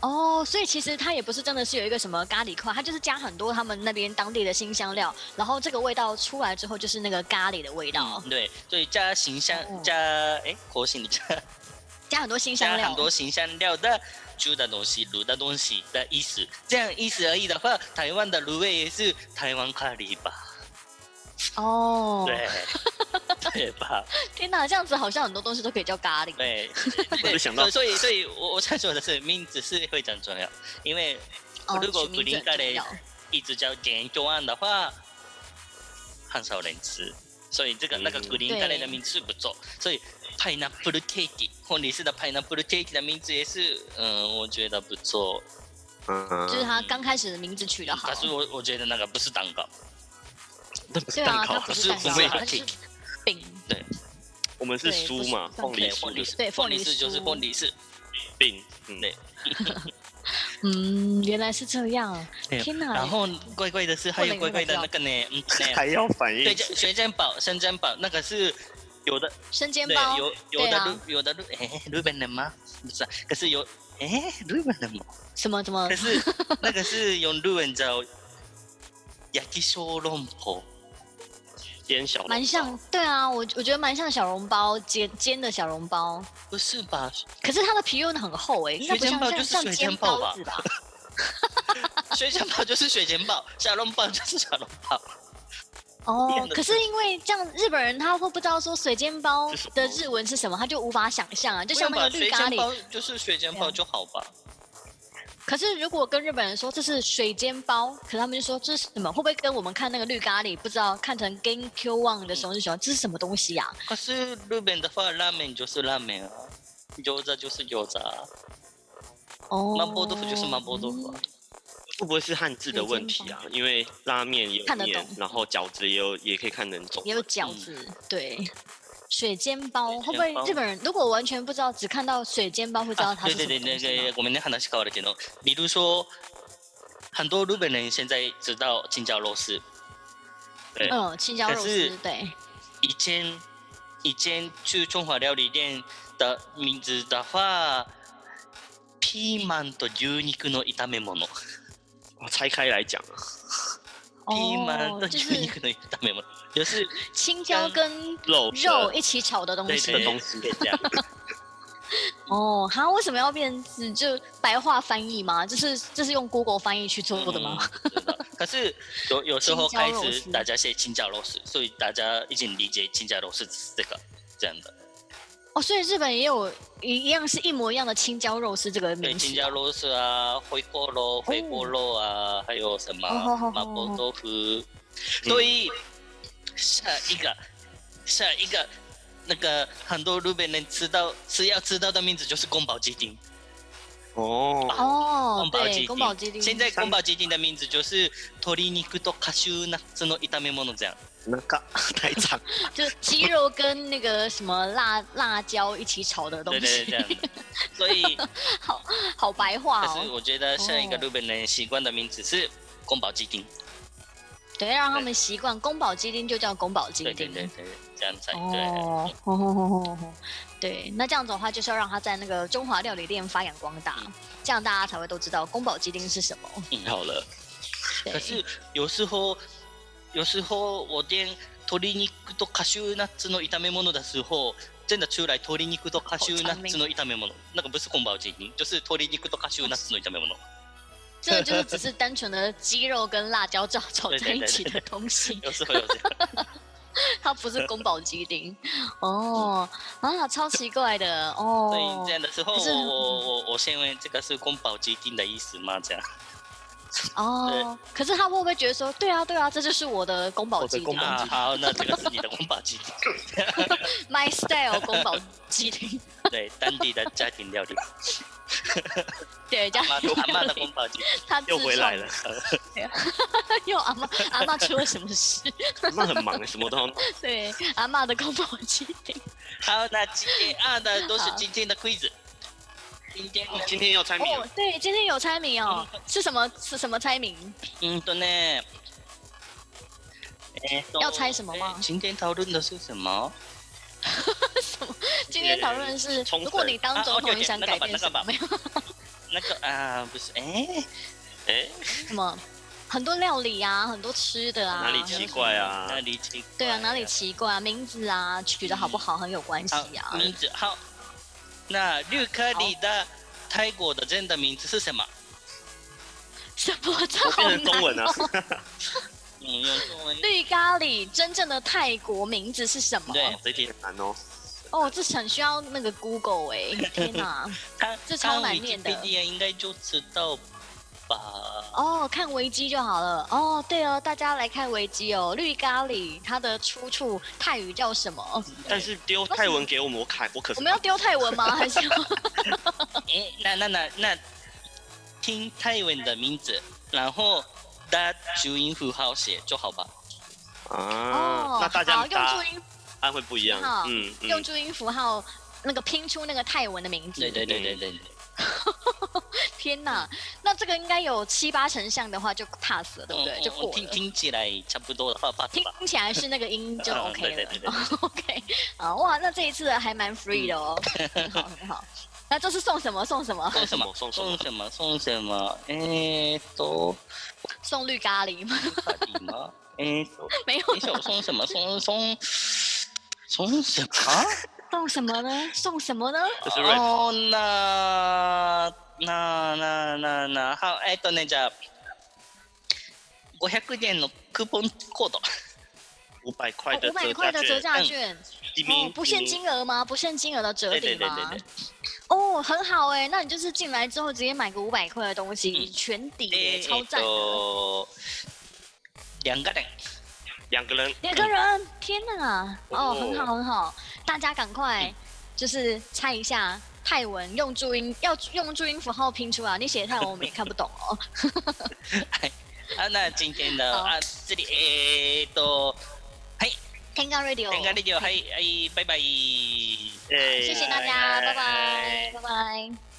Speaker 2: 哦，所以其实它也不是真的是有一个什么咖喱块，它就是加很多他们那边当地的新香料，然后这个味道出来之后就是那个咖喱的味道，
Speaker 1: 对，所以加形象
Speaker 2: 哦
Speaker 1: 加诶，火星加
Speaker 2: 加很多新香
Speaker 1: 加
Speaker 2: 料
Speaker 1: 很，多形象料的煮的东西、卤的东西的意思，这样意思而已的话，台湾的卤味也是台湾咖喱吧？
Speaker 2: 哦，
Speaker 1: 对， 对吧？
Speaker 2: 天哪，这样子好像很多东西都可以叫咖喱，
Speaker 1: 对，
Speaker 3: 我就想到
Speaker 1: 所以所以所以我我想说的是，名字是非常重要，因为
Speaker 2: 哦，
Speaker 1: 如果
Speaker 2: 取名字
Speaker 1: green
Speaker 2: 很重
Speaker 1: curry
Speaker 2: 要
Speaker 1: 一直叫研究案的话，很少人吃，所以这个、
Speaker 3: 嗯
Speaker 1: 那个 green
Speaker 2: 对
Speaker 1: curry 的名字不错，所以 pineapple cake 婚礼式的 pineapple cake 的名字也是，嗯，我觉得不错，
Speaker 3: 嗯，
Speaker 2: 就是他刚开始的名字取得好
Speaker 1: 嗯但，是我我觉得那个不是蛋糕，
Speaker 2: 对啊，它
Speaker 1: 啊
Speaker 2: 不
Speaker 1: 是
Speaker 2: 是蛋糕
Speaker 1: 不是，
Speaker 2: 它就是饼，
Speaker 3: 我们是
Speaker 2: 对不
Speaker 3: 酥
Speaker 2: 是
Speaker 3: 嘛，
Speaker 2: 蛋糕
Speaker 3: 凤梨酥
Speaker 1: 婚
Speaker 3: 的
Speaker 1: 礼式
Speaker 2: 对
Speaker 1: 婚
Speaker 2: 凤梨
Speaker 1: 礼式就是
Speaker 2: 酥
Speaker 1: 婚礼式，
Speaker 3: 饼，嗯
Speaker 1: 对
Speaker 2: 嗯，原来是这样，
Speaker 1: 对
Speaker 2: 天哪，
Speaker 1: 哎然后怪怪的是还有
Speaker 2: 不能
Speaker 1: 怪怪的
Speaker 2: 不
Speaker 1: 那
Speaker 2: 能
Speaker 1: 个呢，嗯，对
Speaker 3: 还要反应
Speaker 1: 对，这水煎堡、生煎堡那个是有的，
Speaker 2: 生煎
Speaker 1: 对，
Speaker 2: 包，
Speaker 1: 有有
Speaker 2: 对
Speaker 1: 的
Speaker 2: 啊
Speaker 1: 日有的日哎，日本人吗？不是啊，可是有哎，日本人吗？
Speaker 2: 什么什么
Speaker 1: 可， 是那个是用日文叫焼き小籠包，
Speaker 3: 煎小笼包
Speaker 2: 蛮像，对啊，我我觉得蛮像小笼包煎煎的小笼包，
Speaker 1: 不是吧？
Speaker 2: 可是它的皮又很厚欸诶，应该不像
Speaker 1: 水煎包就
Speaker 2: 像
Speaker 1: 是
Speaker 2: 像
Speaker 1: 水
Speaker 2: 煎
Speaker 1: 煎包吧
Speaker 2: 包 子吧？
Speaker 1: 水煎包就是水煎包，小笼包就是小笼包。一
Speaker 2: 哦
Speaker 1: 样，的
Speaker 2: 可是因为这样日本人他会不知道说水煎包
Speaker 3: 是什么
Speaker 2: 的日文是什么，他就无法想象啊，就
Speaker 1: 不
Speaker 2: 像
Speaker 1: 用
Speaker 2: 那个
Speaker 1: 吧，
Speaker 2: 绿
Speaker 1: 水
Speaker 2: 咖
Speaker 1: 煎
Speaker 2: 喱。啊
Speaker 1: 包就是水煎包就好吧？
Speaker 2: 可是如果跟日本人说这是水煎包，可他们就说这是什么？会不会跟我们看那个绿咖喱不知道看成 g a n Q One 的时候就想这是什么东西啊？
Speaker 1: 可是日本的话，拉面就是拉面啊，餃子就是餃子啊，
Speaker 2: 哦，
Speaker 1: 麻婆豆腐就是麻婆豆腐啊。
Speaker 3: 会不会是汉字的问题啊？因为拉面也有
Speaker 2: 看得
Speaker 3: 面
Speaker 2: 懂，
Speaker 3: 然后饺子也有，也可以看得懂。
Speaker 2: 也有饺子，对。水煎包会
Speaker 1: 嗯水
Speaker 2: 不
Speaker 1: 煎
Speaker 2: 会
Speaker 1: 包
Speaker 2: 日本人如果完全不知道，只看到水煎包会知道
Speaker 1: 啊，
Speaker 2: 它
Speaker 1: 对
Speaker 2: 是
Speaker 1: 对
Speaker 2: 什
Speaker 1: 对，那
Speaker 2: 么东西
Speaker 1: 个
Speaker 2: 吗？
Speaker 1: 我们的話変わるけど，比如说，很多日本人现在知道青椒肉丝，
Speaker 3: 对
Speaker 1: 啊
Speaker 2: 嗯，青椒
Speaker 1: 可
Speaker 2: 肉
Speaker 1: 是
Speaker 2: 丝，对，
Speaker 1: 以前以前去中华料理店的名字的话，ピーマンと牛肉の炒め物。
Speaker 3: 我哦拆开来讲啊，
Speaker 1: ピーマン
Speaker 2: 哦
Speaker 1: と，牛
Speaker 2: 就是
Speaker 1: 肉の炒め物，就是
Speaker 2: 青椒跟
Speaker 3: 肉
Speaker 2: 肉一起炒的东
Speaker 1: 对
Speaker 2: 西。
Speaker 1: 对
Speaker 3: 的 东西
Speaker 1: 对这样。
Speaker 2: 哦，它为什么要变是就白话翻译吗？就是就是用 Google 翻译去做的吗？
Speaker 1: 嗯？知道可 是有有时候
Speaker 2: 青椒
Speaker 1: 开
Speaker 2: 肉
Speaker 1: 始
Speaker 2: 丝
Speaker 1: 大家写青椒肉丝，所以大家已经理解青椒肉丝这个这样的。
Speaker 2: 哦，所以日本也有一一样是一模一样的青椒肉丝这个
Speaker 1: 对，
Speaker 2: 名
Speaker 1: 青
Speaker 2: 字
Speaker 1: 椒肉丝啊，回锅肉、回锅肉啊，还有什么
Speaker 2: 哦好好好
Speaker 1: 麻婆豆腐。
Speaker 3: 嗯
Speaker 1: 所以下一个，下一个，那个很多日本人知道是要知道的名字就是宫保鸡丁。
Speaker 3: 哦，
Speaker 2: 哦
Speaker 1: 宫，保鸡
Speaker 2: 对，
Speaker 1: 丁
Speaker 2: 宫保鸡丁。
Speaker 1: 现在宫保鸡丁的名字就是鶏肉とカシューナッツの炒め物 这样。
Speaker 3: 那个太长，
Speaker 2: 就是鸡肉跟那个什么辣辣椒一起炒的东
Speaker 1: 对对
Speaker 2: 西，
Speaker 1: 对，这样的。所以。
Speaker 2: 好白话
Speaker 1: 可是
Speaker 2: 哦。
Speaker 1: 我觉得像一个
Speaker 2: 哦
Speaker 1: 日本人习惯的名字是宫保鸡丁，
Speaker 2: 对，让他们习惯宫保鸡丁就叫宫保鸡
Speaker 1: 对对
Speaker 2: 丁。
Speaker 1: 对对，这样才对。
Speaker 2: 哦，吼吼吼吼吼对，那这样子的话，就是要让他在那个中华料理店发扬光大，这样大家才会都知道宫保鸡丁是什么。
Speaker 1: 嗯，
Speaker 3: 好了，
Speaker 2: 对
Speaker 1: 可是有时候，有时候我点鶏肉とカシューナッツの炒め物的时候，真的出来鶏肉とカシューナッツの炒め物，那个不是宫保鸡丁，就是鶏肉とカシューナッツの炒め 物。
Speaker 2: 这就是只是单纯的鸡肉跟辣椒炒炒
Speaker 1: 对对
Speaker 2: 在一
Speaker 1: 对
Speaker 2: 起
Speaker 1: 对
Speaker 2: 的东西，
Speaker 1: 有时候有这样，
Speaker 2: 它不是宫保鸡丁。哦，啊，超奇怪的哦。
Speaker 1: 所以这样的时候，
Speaker 2: 可是
Speaker 1: 我我我我先问这个是宫保鸡丁的意思吗？这样。
Speaker 2: 哦，可是他会不会觉得说，对啊，对啊，这就是我的宫保
Speaker 3: 我的
Speaker 2: 鸡
Speaker 3: 宫
Speaker 2: 丁
Speaker 3: 保
Speaker 1: 啊，好，那这个是你的宫保鸡丁，
Speaker 2: ，my style 宫保鸡丁，
Speaker 1: 对，当地的家庭料理，
Speaker 2: 对，这样
Speaker 1: 妈阿妈的宫保鸡丁。
Speaker 2: 他自
Speaker 3: 又回来
Speaker 2: 创
Speaker 3: 了，
Speaker 2: 又阿妈阿妈出了什么事？
Speaker 3: 那很忙，什么都要弄。
Speaker 2: 对，阿妈的宫保鸡丁。
Speaker 1: 好，那今天啊，那都是
Speaker 2: 好
Speaker 1: 今天的 quiz。今天
Speaker 3: 哦今天要猜谜了
Speaker 2: 哦，对，今天有猜谜哦，是什么是什么猜谜？
Speaker 1: 嗯，对呢。えーと
Speaker 2: 要猜什么吗
Speaker 1: え今天讨论的是什么？
Speaker 2: 今天讨论的是
Speaker 3: 冲绳，
Speaker 2: 如果你当总
Speaker 1: 啊
Speaker 2: 统，
Speaker 1: ，OK，OK，
Speaker 2: 你想改变
Speaker 1: 那
Speaker 2: 什
Speaker 1: 个吧
Speaker 2: 么？没有
Speaker 1: 那个啊，不是，哎，
Speaker 3: 哎，
Speaker 2: 什么，很多料理啊，很多吃的啊，
Speaker 3: 哪里奇怪啊
Speaker 1: 哪里奇怪？
Speaker 2: 对啊，哪里奇怪啊？名字啊，取得好不好很有关系
Speaker 1: 好，
Speaker 2: 啊。
Speaker 1: 名字好。那绿咖喱的泰国的真的名字是什么？
Speaker 2: 什么？这
Speaker 3: 我
Speaker 2: 好难
Speaker 3: 变成中文啊
Speaker 2: 哦。，
Speaker 1: 嗯，用中文。
Speaker 2: 绿咖喱真正的泰国名字是什么？
Speaker 1: 对，
Speaker 3: 这题很难哦。
Speaker 2: 哦，这很需要那个 Google 哎、天哪！
Speaker 1: 看
Speaker 2: 这超难念的
Speaker 1: 看 Wikipedia 应该就知道吧？
Speaker 2: 哦，看维基就好了。哦，对哦，大家来看维基哦。绿咖喱它的出处泰语叫什么？
Speaker 3: 但是丢泰文给我们，我看我可
Speaker 2: 我
Speaker 3: 是
Speaker 2: 们要丢泰文吗？还是要
Speaker 1: 诶，那那那那，听泰文的名字，然后搭注音符号写就好吧。
Speaker 3: 啊
Speaker 1: 嗯
Speaker 2: 哦，，
Speaker 3: 那大家
Speaker 2: 好用注
Speaker 3: 答
Speaker 2: 音
Speaker 3: 案会不一样
Speaker 2: 符号。
Speaker 3: 嗯
Speaker 2: 用
Speaker 3: 嗯，
Speaker 2: 注音符号那个拼出那个泰文的名字。
Speaker 1: 对对对对对对，
Speaker 2: 天哪，那这个应该有七八成像的话就 pass 了，对不对？
Speaker 1: 嗯
Speaker 2: 就过
Speaker 1: 嗯听
Speaker 2: 了。
Speaker 1: 听起来差不多的话，吧，吧。
Speaker 2: 听起来是那个音 就
Speaker 1: 嗯
Speaker 2: OK 了
Speaker 1: 对对对对
Speaker 2: ，OK 啊，哇，那这一次还蛮 free 的哦，
Speaker 1: 嗯
Speaker 2: 很好很好。那这是送什么？送什么？
Speaker 1: 送什
Speaker 3: 什
Speaker 1: 么
Speaker 3: 么？？送什
Speaker 1: 送
Speaker 3: 么？
Speaker 1: 什么？送什么？诶，都
Speaker 2: 送绿咖喱吗？
Speaker 1: 到底吗？诶，
Speaker 2: 没有
Speaker 1: 等一下，我送什么？送送送什么？
Speaker 2: 送什么呢？送什么呢？
Speaker 3: 这是 rap
Speaker 1: 哦，那那那那那好，えっとね、じゃあ、500円のクーポンコード。
Speaker 3: 五百块的
Speaker 2: 哦五百
Speaker 3: 折
Speaker 2: 块
Speaker 3: 价
Speaker 2: 的折
Speaker 3: 券，
Speaker 2: 价券，
Speaker 3: 第一
Speaker 2: 哦
Speaker 3: 名，，
Speaker 2: 不限
Speaker 3: 第一名
Speaker 2: 金额吗？不限金额的折
Speaker 1: 对对
Speaker 2: 抵
Speaker 1: 对
Speaker 2: 吗
Speaker 1: 对对？。
Speaker 2: 哦，很好哎，那你就是进来之后直接买个五百块的东西，
Speaker 1: 嗯
Speaker 2: 全抵
Speaker 1: え
Speaker 2: 耶，超
Speaker 1: ー
Speaker 2: 赞
Speaker 3: 哎
Speaker 2: 的。
Speaker 1: と两个人，
Speaker 3: 呃两个人，
Speaker 2: 两个人，天哪！哦，
Speaker 3: 哦
Speaker 2: 很好很好，大家赶快就是猜一下泰文，用注音要用注音符号拼出来，你写泰文我们也看不懂哦。
Speaker 1: 啊，那今天的
Speaker 2: 好
Speaker 1: 啊，这里えーと、
Speaker 2: Tenga
Speaker 1: 天干
Speaker 2: Radio，
Speaker 1: レディオ、はい、はい、バイバイ。
Speaker 3: 哎
Speaker 2: 谢谢大家，拜拜，拜拜。